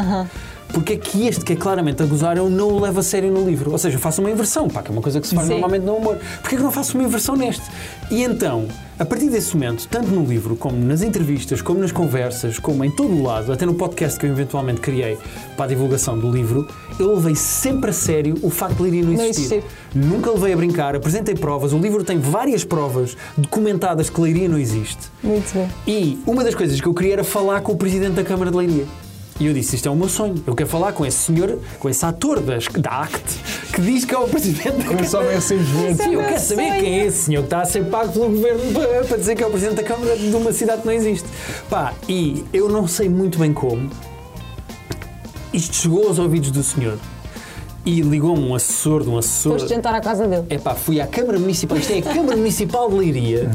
C: Porque é que este, que é claramente a gozar, eu não o levo a sério no livro? Ou seja, eu faço uma inversão, pá, que é uma coisa que se faz
A: Sim.
C: normalmente no humor. Porquê é que eu não faço uma inversão neste? E então, a partir desse momento, tanto no livro, como nas entrevistas, como nas conversas, como em todo o lado, até no podcast que eu eventualmente criei para a divulgação do livro, eu levei sempre a sério o facto de Líria não
A: Não
C: existir.
A: existir.
C: Nunca levei a brincar, apresentei provas, o livro tem várias provas documentadas que Leiria não existe.
A: Muito bem.
C: E uma das coisas que eu queria era falar com o presidente da Câmara de Leiria. E eu disse: Isto é o meu sonho. Eu quero falar com esse senhor, com esse ator das, da ACT, que diz que é o presidente da
B: Eu
C: Câmara.
B: só me assim
A: Isso é
C: Sim, eu
A: meu
C: quero saber
A: sonho.
C: quem é esse senhor que está a ser pago pelo governo para, para dizer que é o presidente da Câmara de uma cidade que não existe. Pá, e eu não sei muito bem como. Isto chegou aos ouvidos do senhor. E ligou-me um assessor de um assessor.
A: Foste jantar à casa dele.
C: Epá, fui à Câmara Municipal, isto é a Câmara Municipal de Leiria,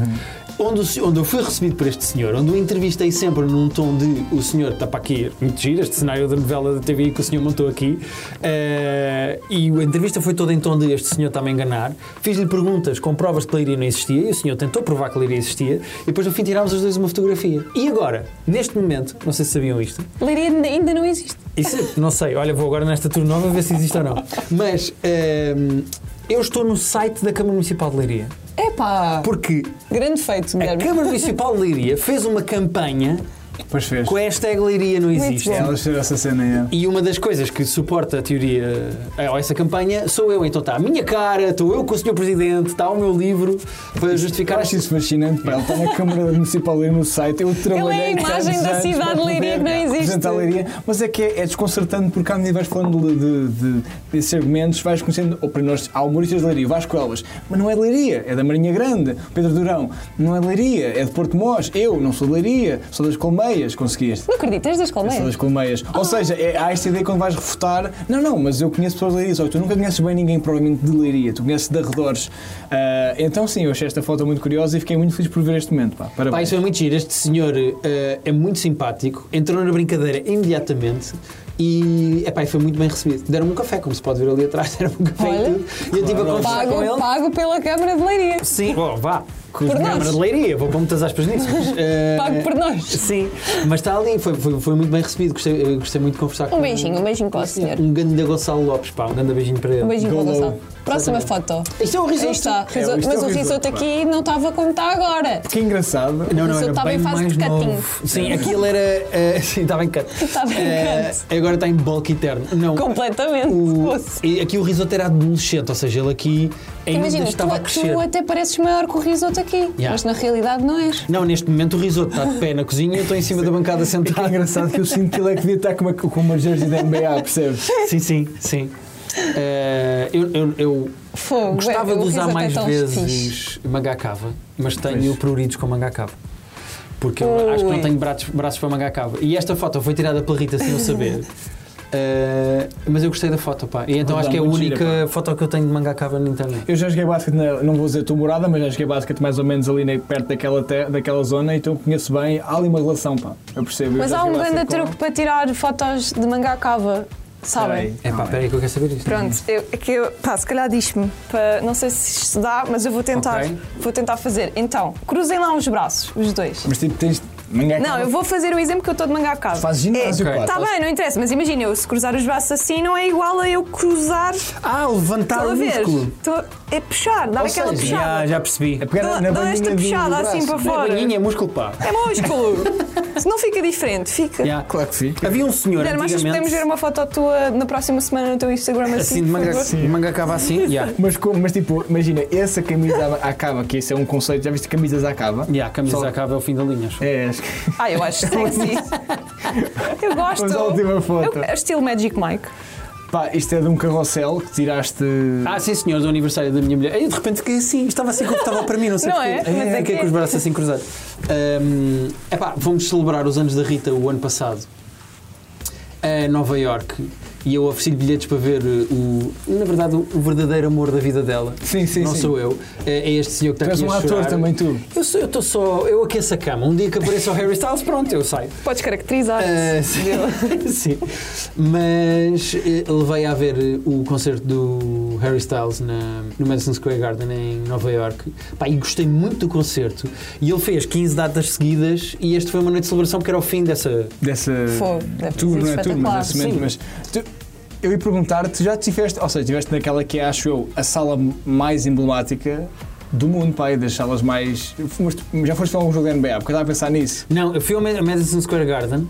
C: onde, o se- onde eu fui recebido por este senhor, onde o entrevistei sempre num tom de o senhor está para aqui, muito giro, este cenário da novela da TV que o senhor montou aqui, eh, e a entrevista foi toda em tom de este senhor está-me a enganar, fiz-lhe perguntas com provas de que Leiria não existia, e o senhor tentou provar que Leiria existia, e depois no fim tirámos os dois uma fotografia. E agora, neste momento, não sei se sabiam isto,
A: Leiria ainda não existe.
C: isso, é- não sei, olha, vou agora nesta tour nova ver se existe ou não. Mas hum, eu estou no site da Câmara Municipal de Leiria.
A: Epá!
C: Porque
A: Grande feito,
C: a É
A: Guilherme.
C: Câmara Municipal de Leiria fez uma campanha
B: Pois fez.
C: Com a hashtag leiria não existe.
A: bom.
B: Elas fizeram essa cena, é.
C: E uma das coisas que suporta a teoria, eh, ou essa campanha, sou eu. Então está a minha cara, estou eu com o Sr. Presidente, está o meu livro para justificar
B: Acho isso fascinante, pá. Ele está na Câmara Municipal ali no site. Eu trabalhei
A: Ele é a imagem
B: tantos
A: da
B: anos
A: cidade
B: para
A: de Leiria
B: poder
A: que não existe.
B: representar Leiria. Mas é que é, é desconcertante porque há medida vais falando de, de, de- desses argumentos, vais conhecendo, ou para nós, há humoristas de Leiria, Vasco Elvas, mas não é de Leiria, é da Marinha Grande. Pedro Durão, não é de Leiria, é de Porto Mós. Eu não sou de Leiria, sou das Colmeias, conseguiste.
A: Não acreditas das é?
B: Eu Sou
A: colmeias?
B: das colmeias.
A: Ah.
B: Ou seja, é, há esta ideia quando vais refutar. Não, não, mas eu conheço pessoas de Leiria. Só que tu nunca conheces bem ninguém, provavelmente, de Leiria. Tu conheces de arredores. Ah, então, sim, eu achei esta foto muito curiosa e fiquei muito feliz por ver este momento. Pá.
C: Pá,
B: Parabéns.
C: isso é muito giro. Este senhor eh, é muito simpático, entrou na brincadeira imediatamente e epá, e foi muito bem recebido. Deram-me um café, como se pode ver ali atrás, deram-me um café
A: Olha.
C: e tudo. E eu estive a conversar com
A: Pago,
C: ele.
A: pago pela Câmara de Leiria.
C: Sim, oh, vá, com
A: Por
C: os
A: nós.
C: membros de leiria, vou pôr muitas aspas nisso. mas, eh,
A: Pago por nós.
C: Sim, mas está ali, foi, foi, foi muito bem recebido, gostei, eh, gostei muito de conversar com
A: Um beijinho, um beijinho para o
C: Sim,
A: senhor.
C: Um grande Gonçalo Lopes, pá, um grande beijinho para ele.
A: Um beijinho para o
B: Golo.
A: Gonçalo. Próxima foto.
C: Isto é um risoto.
A: Aí está.
B: É,
A: risoto-
B: isto é
A: mas
B: um
A: o risoto
B: risoto, pá.
A: aqui não estava como está agora.
B: Que é engraçado.
C: Não,
A: Mas
C: não,
A: eu
C: era
A: estava em
C: bem
A: fase
C: mais
A: de cutting.
C: novo. Sim, aquilo era. eh, sim, estava em cut.
A: Estava em
C: Eh, agora está em bulk eterno. Não.
A: Completamente.
C: O,
A: Fosse.
C: e aqui o risoto era adolescente, ou seja, ele aqui ainda
A: Imagina,
C: estava a
A: tu,
C: crescer.
A: tu até pareces maior que o risoto aqui,
C: Yeah.
A: mas na realidade não és.
C: Não, neste momento o risoto está de pé na cozinha e eu estou em cima da bancada
B: Que
C: sentado.
B: engraçado que eu sinto que ele é que devia estar com uma, com uma jersey da NBA, percebes?
C: Sim, sim, sim. Eh, eu, eu- eu
A: Fogo,
C: gostava
A: é, o
C: de usar
A: risoto é
C: mais
A: tão fixe.
C: vezes manga cava, mas tenho
B: Pois.
C: pruridos com manga cava. Porque eu acho que
A: Ui.
C: não tenho braços, braços para manga cava. E esta foto foi tirada pela Rita sem eu saber. Eh, mas eu gostei da foto, pá. E então
B: Muito
C: acho que é a
B: bem, muito gira,
C: única foto que eu tenho de manga cava na internet.
B: Eu já joguei basquete, na- não vou dizer a tua morada, mas já joguei basquete mais ou menos ali na- perto daquela, te- daquela zona, então conheço bem. Há ali uma relação, pá. Eu percebo. Eu
A: Mas
B: já
A: há um
B: joguei
A: grande
B: basquete com-
A: truque para tirar fotos de manga à cava, sabem?
B: Peraí.
C: É pá, peraí que eu quero saber isto.
D: Pronto, eu, é que eu, pá, se calhar diz-me, para- não sei se isto dá, mas eu vou tentar,
C: Ok.
D: vou tentar fazer. Então, cruzem lá os braços, os dois.
B: Mas tipo, tens. Ninguém
D: Não, eu vou fazer o exemplo que eu estou de manga à casa.
B: Faz ginásio,
C: Ok.
B: pá.
D: Está Tá bem, não interessa, mas imagina, eu se cruzar os braços assim não é igual a eu cruzar,
C: Ah, levantar
D: estão a
C: o
D: ver?
C: músculo.
D: Estou- é puxar, dá aquela
C: seja,
D: puxada.
C: já, já percebi.
B: É pegar
D: Dou-
B: na
D: dou
B: bandinha
D: esta
B: do- do
D: puxada assim
B: braço.
D: para
C: Não é
D: fora.
C: banhinha, é músculo, pá.
D: É músculo. se não fica diferente, fica.
C: Já.
B: Ah, Claro que sim.
C: Havia um senhor
D: Guilherme, achas que podemos ver
C: antigamente,
D: uma foto tua na próxima semana no teu Instagram assim?
C: assim, de
D: por
C: manga,
D: favor?
C: de manga cava assim, já.
B: Mas, como, mas tipo, imagina, essa camisa à cava, que esse é um conceito, já viste camisas à cava?
C: Já, a camisa
B: Só-
C: acaba é o fim da linha, acho.
B: É, acho que
D: Ah, eu acho sexy. eu gosto.
B: Vamos à última foto.
D: Eu- é estilo Magic Mike.
B: Pá, isto é de um carrossel que tiraste.
C: Ah, sim, senhor, do aniversário da minha mulher. Aí de repente fiquei assim, estava assim confortável para mim, não sei
D: Não
C: porquê.
D: é? Mas é
C: Fiquei
D: que-
C: com os braços assim cruzados. Hum, epá, vamos celebrar os anos da Rita o ano passado a Nova York e eu ofereci-lhe bilhetes para ver uh, o, na verdade, o verdadeiro amor da vida dela.
B: Sim, sim,
C: Não
B: sim.
C: sou eu, é é este senhor que está
B: Tu és
C: aqui
B: um
C: a
B: ator
C: chorar.
B: também, tu.
C: Eu sou, eu estou só, eu aqueço a cama. Um dia que apareça o Harry Styles, pronto, eu saio.
D: Podes caracterizar.
C: Ah, sim. sim. Mas eh, levei a ver eh, o concerto do Harry Styles na, no Madison Square Garden em Nova York. Pá, e gostei muito do concerto. E ele fez 15 datas seguidas e este foi uma noite de celebração porque era o fim dessa.
B: Dessa.
A: Fogo, deve ter
B: Tour,
A: sido
B: não é tour,
A: espetacular.
B: mas, nesse momento,
A: Sim.
B: mas tu- eu ia perguntar, tu já tiveste, ou seja, tiveste naquela que é, acho eu, a sala mais emblemática do mundo, pai, das salas mais. Foste- já foste a algum jogo da NBA, porque eu estava a pensar nisso.
C: Não, eu fui ao Ma- Madison Square Garden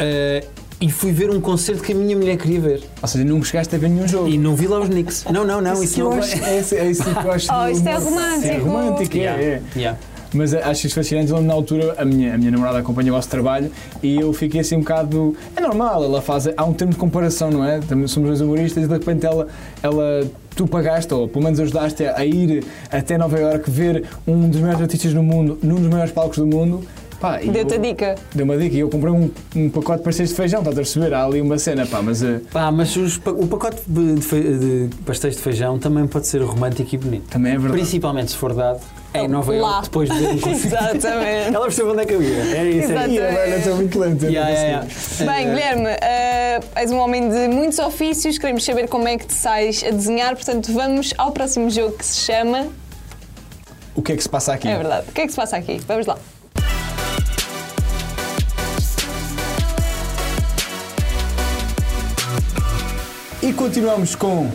C: eh, e fui ver um concerto que a minha mulher queria ver.
B: Ou seja, nunca chegaste a ver nenhum jogo.
C: E não vi lá os Knicks. Não, não, não, isso
B: Oh. eu
C: não
B: acho, é, isso- é isso que eu acho.
A: Oh, isto é
B: do-
A: romântico.
B: É romântico, é,
C: Yeah,
B: é.
C: yeah.
B: Mas eh, acho isso fascinante. Eu lembro na altura, a minha, a minha namorada acompanha o vosso trabalho e eu fiquei assim um bocado. É normal, ela faz. Há um termo de comparação, não é? Também somos dois humoristas e de repente ela. ela Tu pagaste, ou pelo menos ajudaste a a ir até Nova Iorque ver um dos maiores artistas do mundo, num dos maiores palcos do mundo. Pá, e
A: Deu-te a
B: eu-
A: dica.
B: Deu uma dica e eu comprei um, um pacote de pastéis de feijão, estás a perceber? Há ali uma cena, pá, mas. eh,
C: Pá, mas os pa- o pacote de, fe- de pastéis de feijão também pode ser romântico e bonito.
B: Também é verdade.
C: Principalmente se for dado é em Nova
A: Então, lá.
C: Iorque, depois de vermos.
A: Exatamente.
C: Ela percebeu onde é que eu ia. Era isso. era
B: E
C: isso.
A: Exato.
B: agora estou muito lento. eu não é?
C: Yeah,
B: consigo.
A: Bem,
C: yeah, yeah. Eh,
B: é.
A: Guilherme, eh, és um homem de muitos ofícios, queremos saber como é que te sais a desenhar, portanto vamos ao próximo jogo que se chama.
B: O que é que se passa aqui?
A: É verdade. O que é que se passa aqui? Vamos lá.
B: E continuamos com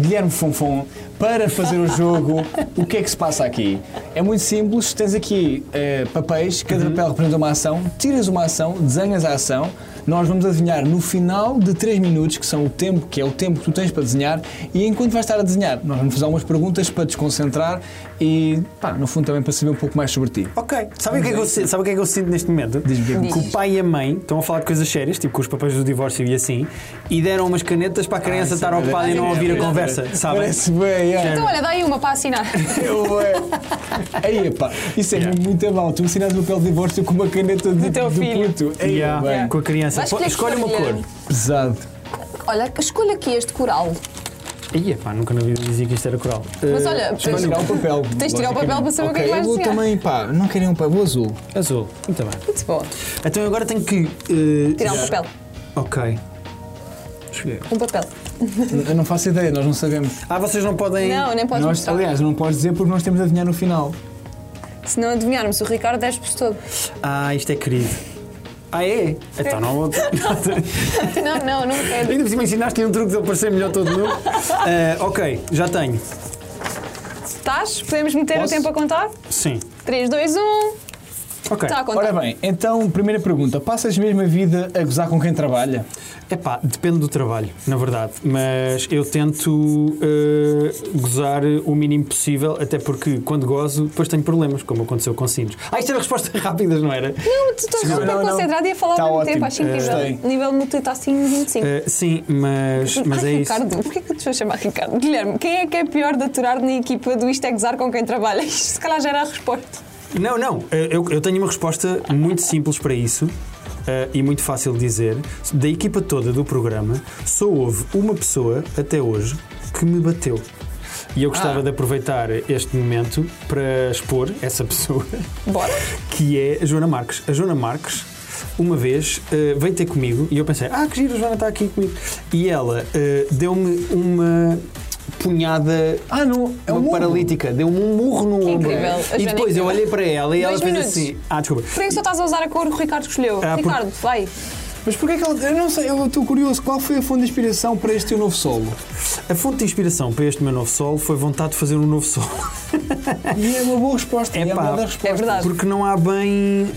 B: Guilherme Fonfon para fazer o jogo, o que é que se passa aqui? É muito simples, tens aqui eh, papéis, cada
A: Uhum.
B: papel representa uma ação, tiras uma ação, desenhas a ação, nós vamos adivinhar no final de 3 minutos, que são o tempo, que é o tempo que tu tens para desenhar, e enquanto vais estar a desenhar, nós vamos fazer algumas perguntas para desconcentrar e, pá, no fundo também para saber um pouco mais sobre ti.
C: Ok. Sabe o que, é que eu, sinto- sabe o que é que eu sinto neste momento?
B: Diz-me. é
C: Que o pai e a mãe estão a falar de coisas sérias, tipo com os papéis do divórcio e assim, e deram umas canetas para a criança estar ocupada e não ouvir a conversa, sabem?
B: é Parece bem, é.
A: Então, olha, dá aí uma para assinar.
B: Eu, é. Aí, pá, isso é
C: Yeah.
B: muito mal. Tu ensinas o papel de divórcio com uma caneta de,
A: Do teu filho.
B: puto. Ei,
C: Yeah,
B: bem,
C: ah, Com a criança.
A: Vais
C: Pô,
A: escolher
C: Escolhe uma
A: que
C: cor.
A: escolher.
B: Pesado.
A: Olha, escolha aqui este coral.
C: Ih, pá, nunca na vida dizia que isto era coral.
A: Mas
C: Eh,
A: olha,
B: Tens de tirar o papel.
A: Tens de tirar o papel para saber o que é que
B: Ok,
A: vais
B: eu vou
A: desenhar.
B: também, pá, não queria um papel azul.
C: azul. Muito bem.
A: Muito bom.
C: Então eu agora tenho que. eh,
A: Tirar um papel.
C: Ok. Escolher.
A: Um papel.
B: Eu não faço ideia, nós não sabemos.
C: Ah, vocês não podem.
A: Não, nem podes
B: Nós,
A: mostrar.
B: aliás, não podes dizer porque nós temos de adivinhar no final.
A: Se não adivinharmos o Ricardo, 10 por todo.
C: Ah, isto é querido. Ah, é? Então não.
A: Não, não, não quero.
C: Ainda por cima ensinaste-lhe um truque de ele parecer melhor todo meu. Ah, ok, já tenho.
A: Estás? Podemos meter o
B: Posso?
A: tempo a contar?
C: Sim.
A: 3, 2, 1.
C: Ok.
A: Está Tá a contar.
B: Ora bem, então, primeira pergunta. Passas mesmo a vida a gozar com quem trabalha?
C: Epá, depende do trabalho, na verdade. Mas eu tento uh, gozar o mínimo possível, até porque quando gozo, depois tenho problemas, como aconteceu com Sinos. Ah, isto era resposta rápida, não era?
A: Não, tu estás
B: Não,
A: super
B: não, não.
A: concentrado e a falar
B: Tá
A: ao mesmo
B: ótimo.
A: tempo. Acho
B: Gostei.
A: incrível. Nível multitasking 25.
C: Ah, sim, mas,
A: Ai,
C: mas
A: um
C: é isso.
A: Ricardo, porquê que tu vais chamar Ricardo? Guilherme, quem é que é pior de aturar na equipa do Isto é gozar com quem trabalha? Isto se calhar já era a resposta.
C: Não, não. eh, Eu, eu tenho uma resposta muito simples para isso eh, e muito fácil de dizer. Da equipa toda do programa, só houve uma pessoa até hoje que me bateu. E eu gostava
B: Ah.
C: de aproveitar este momento para expor essa pessoa,
A: Bora.
C: que é a Joana Marques. A Joana Marques, uma vez, eh, veio ter comigo e eu pensei, ah, que giro, a Joana está aqui comigo. E ela eh, deu-me uma punhada
B: Ah, não, é
C: uma
B: um
C: paralítica, deu-me um murro no ombro.
A: incrível, a
C: E
A: Joana
C: depois
A: é
C: eu
A: incrível.
C: olhei para ela e
A: Dois
C: ela fez
A: minutos.
C: assim. Ah, desculpa.
A: Porquê que só estás a usar a cor que o Ricardo escolheu?
C: Ah,
A: Ricardo, vai.
B: Mas porquê é que ela... Eu não sei, eu estou curioso. Qual foi a fonte de inspiração para este teu novo solo?
C: A fonte de inspiração para este meu novo solo foi vontade de fazer um novo solo.
B: E é uma boa resposta.
C: É
B: e é
C: pá,
B: uma das respostas.
A: É verdade.
C: Porque não há bem.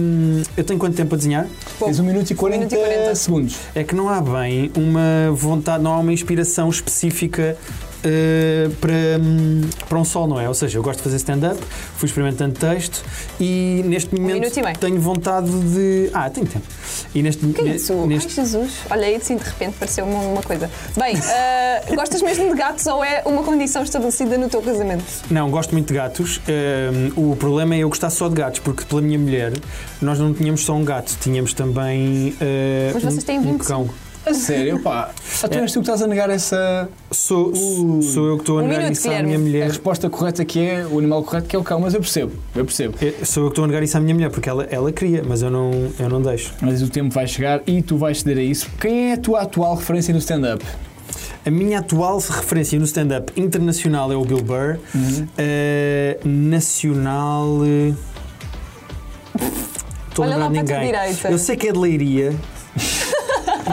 C: hum, eu tenho quanto tempo a desenhar?
B: Tens 1 minuto e 40,
A: um minuto e 40.
B: segundos.
C: É que não há bem uma vontade, não há uma inspiração específica. uh, para, hum, para um solo, não é? Ou seja, eu gosto de fazer stand-up, fui experimentando texto e neste momento
A: Um minuto e meio.
C: tenho vontade de. Ah, tenho tempo. E neste,
A: Que é
C: ne-
A: isso?
C: neste
A: Ai, Jesus. Olha aí, assim, de repente pareceu-me uma coisa. Bem, ah, gostas mesmo de gatos ou é uma condição estabelecida no teu casamento?
C: Não, gosto muito de gatos. Ahm, o problema é eu gostar só de gatos, porque pela minha mulher nós não tínhamos só um gato, tínhamos também ah,
A: Mas vocês têm
C: um, um
A: 25.
C: cão.
B: A sério, pá. Então és tu que estás a negar essa
C: Sou, sou eu que estou a
A: Um
C: negar
A: minuto,
C: isso à minha
A: Guilherme.
B: a
C: mulher.
B: resposta correta que é o animal correto que é o cão, mas eu percebo, eu percebo.
C: É, Sou eu que estou a negar isso à minha mulher, porque ela, ela queria, mas eu não, eu não deixo.
B: Mas o tempo vai chegar e tu vais ceder a isso. Quem é a tua atual referência no stand-up?
C: A minha atual referência no stand-up internacional é o Bill Burr.
B: Uhum.
C: Ah, nacional. eh, Estou a
A: Olha lá
C: lembrar de
A: para a tua
C: ninguém.
A: direita.
C: Eu sei que é de leiria.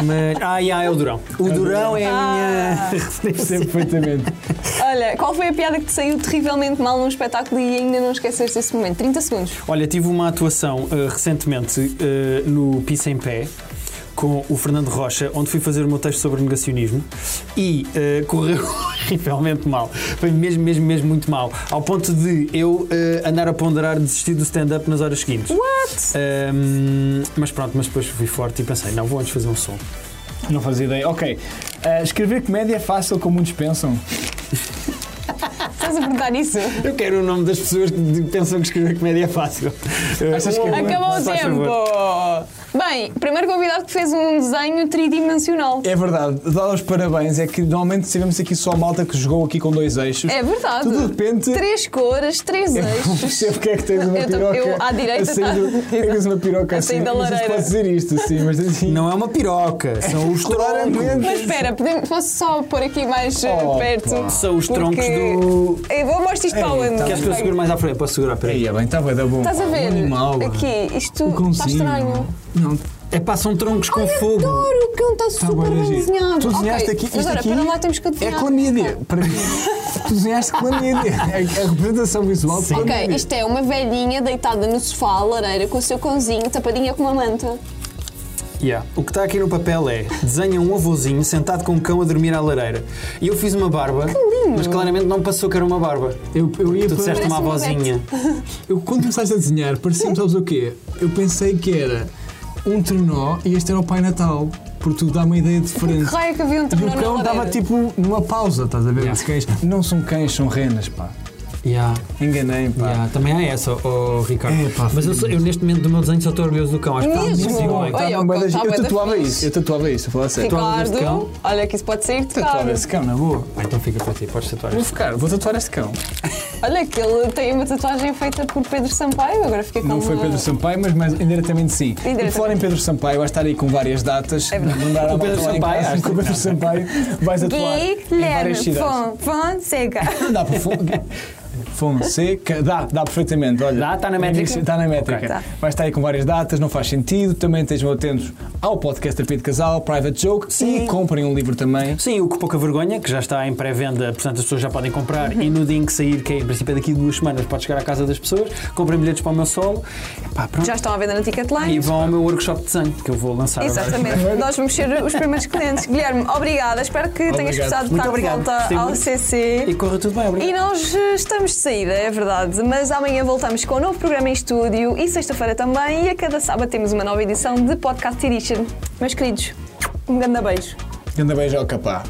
C: Mas. Ah, yeah, é o Durão. O Durão é a minha
A: Ah.
C: referência.
B: Percebo perfeitamente.
A: Olha, qual foi a piada que te saiu terrivelmente mal num espetáculo e ainda não esqueceste esse momento? 30 segundos.
C: Olha, tive uma atuação eh, recentemente eh, no Pisa em Pé com o Fernando Rocha, onde fui fazer o meu texto sobre negacionismo e eh, correu horrivelmente mal. Foi mesmo, mesmo, mesmo muito mal. Ao ponto de eu eh, andar a ponderar desistir do stand-up nas horas seguintes.
A: What?
C: Ahm, mas pronto, mas depois fui forte e pensei, não, vou antes fazer um som.
B: Não fazia ideia. Ok. Ah, escrever comédia é fácil, como muitos pensam.
A: Estás a perguntar isso?
C: Eu quero o nome das pessoas que pensam que escrever comédia é fácil.
B: Achas que é
A: Acabou o tempo! Bem, primeiro convidado que fez um desenho tridimensional.
B: É verdade. Dar os parabéns. É que normalmente tivemos aqui só a malta que jogou aqui com dois eixos.
A: É verdade.
B: Tu, de repente-
A: Três cores, três
B: Eu não
A: eixos.
B: percebo porque é que tens uma
A: Eu tô-
B: piroca.
A: eu à direita
B: a sair do-
A: tá-
B: Tens uma piroca
A: A
B: assim.
A: sair da
B: Não sei se
A: lareira.
B: posso dizer isto, assim, mas assim.
C: Não é uma piroca, são os troncos.
B: Claramente.
A: Mas espera, podemos- posso só pôr aqui mais eh,
B: Oh,
A: perto?
B: pá.
C: São os troncos
A: Porque-
C: do.
A: Eu vou mostrar isto para onde?
C: Queres que eu segure mais à frente? Posso segurar? Peraí.
B: Aí, é bem, está bem, dá bom.
A: Estás a
B: Um
A: ver?
B: animal.
A: Aqui, isto
B: Um
A: está
B: cãozinho.
A: estranho.
C: É pá, são troncos com fogo.
A: Adoro Não, está
B: Tá
A: super
B: bem,
A: bem
B: tá giro.
A: desenhado.
B: Tu desenhaste
A: Ok,
B: aqui, isto
A: Mas agora,
B: aqui
A: para lá temos que
B: é
A: adivinhar. Ah.
B: clamídia. Para mim, tu desenhaste clamídia. É a representação visual de
A: Ok,
B: clamídia.
A: isto é uma velhinha deitada no sofá à lareira com o seu cãozinho tapadinha com uma manta.
C: Yeah. O que está aqui no papel é desenha um avôzinho sentado com um cão a dormir à lareira. E eu fiz uma barba, mas claramente não passou que era uma barba.
B: Eu, eu ia
C: Tu
B: para...
C: disseste uma
A: Parece um uma
C: avózinha.
B: Eu, quando começaste a desenhar, parecia-me, sabes o quê? Eu pensei que era um trenó e este era o Pai Natal, porque tu dá uma ideia
A: Que
B: diferente.
A: raio que havia um
B: E o
A: terminal
B: cão
A: na
B: estava
A: lareira?
B: tipo numa pausa, estás a ver?
C: Yeah.
B: Os cães. Não são cães, são renas, pá.
C: Yeah.
B: Enganei, pá.
C: Yeah, também há essa, oh, Ricardo.
B: É, pá,
C: mas eu, sou- eu, neste momento do meu desenho só estou orgulhoso do cão. Acho que está
A: Mesmo?
C: muito então.
A: Olha,
C: bem.
B: Tá,
A: o
B: não,
A: cão
B: mas
A: tá
B: eu
A: bué da
B: tatuava
A: fixe.
B: isso, eu tatuava isso, vou falar sério.
C: tatuavas este
A: Ricardo,
C: cão?
A: olha que isso pode sair de
B: Tatuava
A: cara.
B: esse cão, Então, na boa.
C: Ah, então fica para ti, podes tatuar
B: Vou
C: isto.
B: ficar, vou tatuar este cão.
A: Olha que ele tem uma tatuagem feita por Pedro Sampaio, agora fiquei com
B: Não foi
A: uma-
B: Pedro Sampaio, mas mais indiretamente sim. E
A: Indiretamente.
B: falar em Pedro Sampaio, vais estar aí com várias datas. É
A: verdade.
B: Mandar a
C: O
B: malta
C: Pedro
B: lá em
C: Sampaio,
B: casa
C: acho
B: com o Pedro Sampaio vais atuar em
D: Guilherme
B: várias cidades.
D: Fon- Fonseca.
B: Não dá para fon... Fonseca. Dá, dá perfeitamente. Olha,
C: Dá? Tá na métrica?
B: Está na métrica.
C: Ok. Tá.
B: Vais estar aí com várias datas, não faz sentido. Também estejam atentos ao podcast Terapia de Casal, Private Joke e comprem um livro também.
C: Sim, o Que Pouca Vergonha, que já está em pré-venda, portanto as pessoas já podem comprar.
D: Uhum.
C: E no dia em que sair, que é em princípio é daqui a duas semanas, pode chegar à casa das pessoas, comprem bilhetes para o meu solo. Epá, pronto.
D: Já estão à venda na Ticketline.
C: E vão ao meu workshop de desenho, que eu vou lançar agora.
D: Exatamente. Nós vamos ser os primeiros clientes. Guilherme, obrigada. Espero que tenhas
B: Obrigado.
D: gostado de
C: Muito
D: estar de
C: obrigado.
D: volta
C: Gostei
D: ao
C: muito.
D: CC.
C: E corra tudo bem, obrigado.
D: E nós eh, estamos de saída, é verdade, mas amanhã voltamos com um novo programa em estúdio e sexta-feira também. E a cada sábado temos uma nova edição de Podcast Edition. Meus queridos, um grande beijo.
B: Grande beijo ao capá.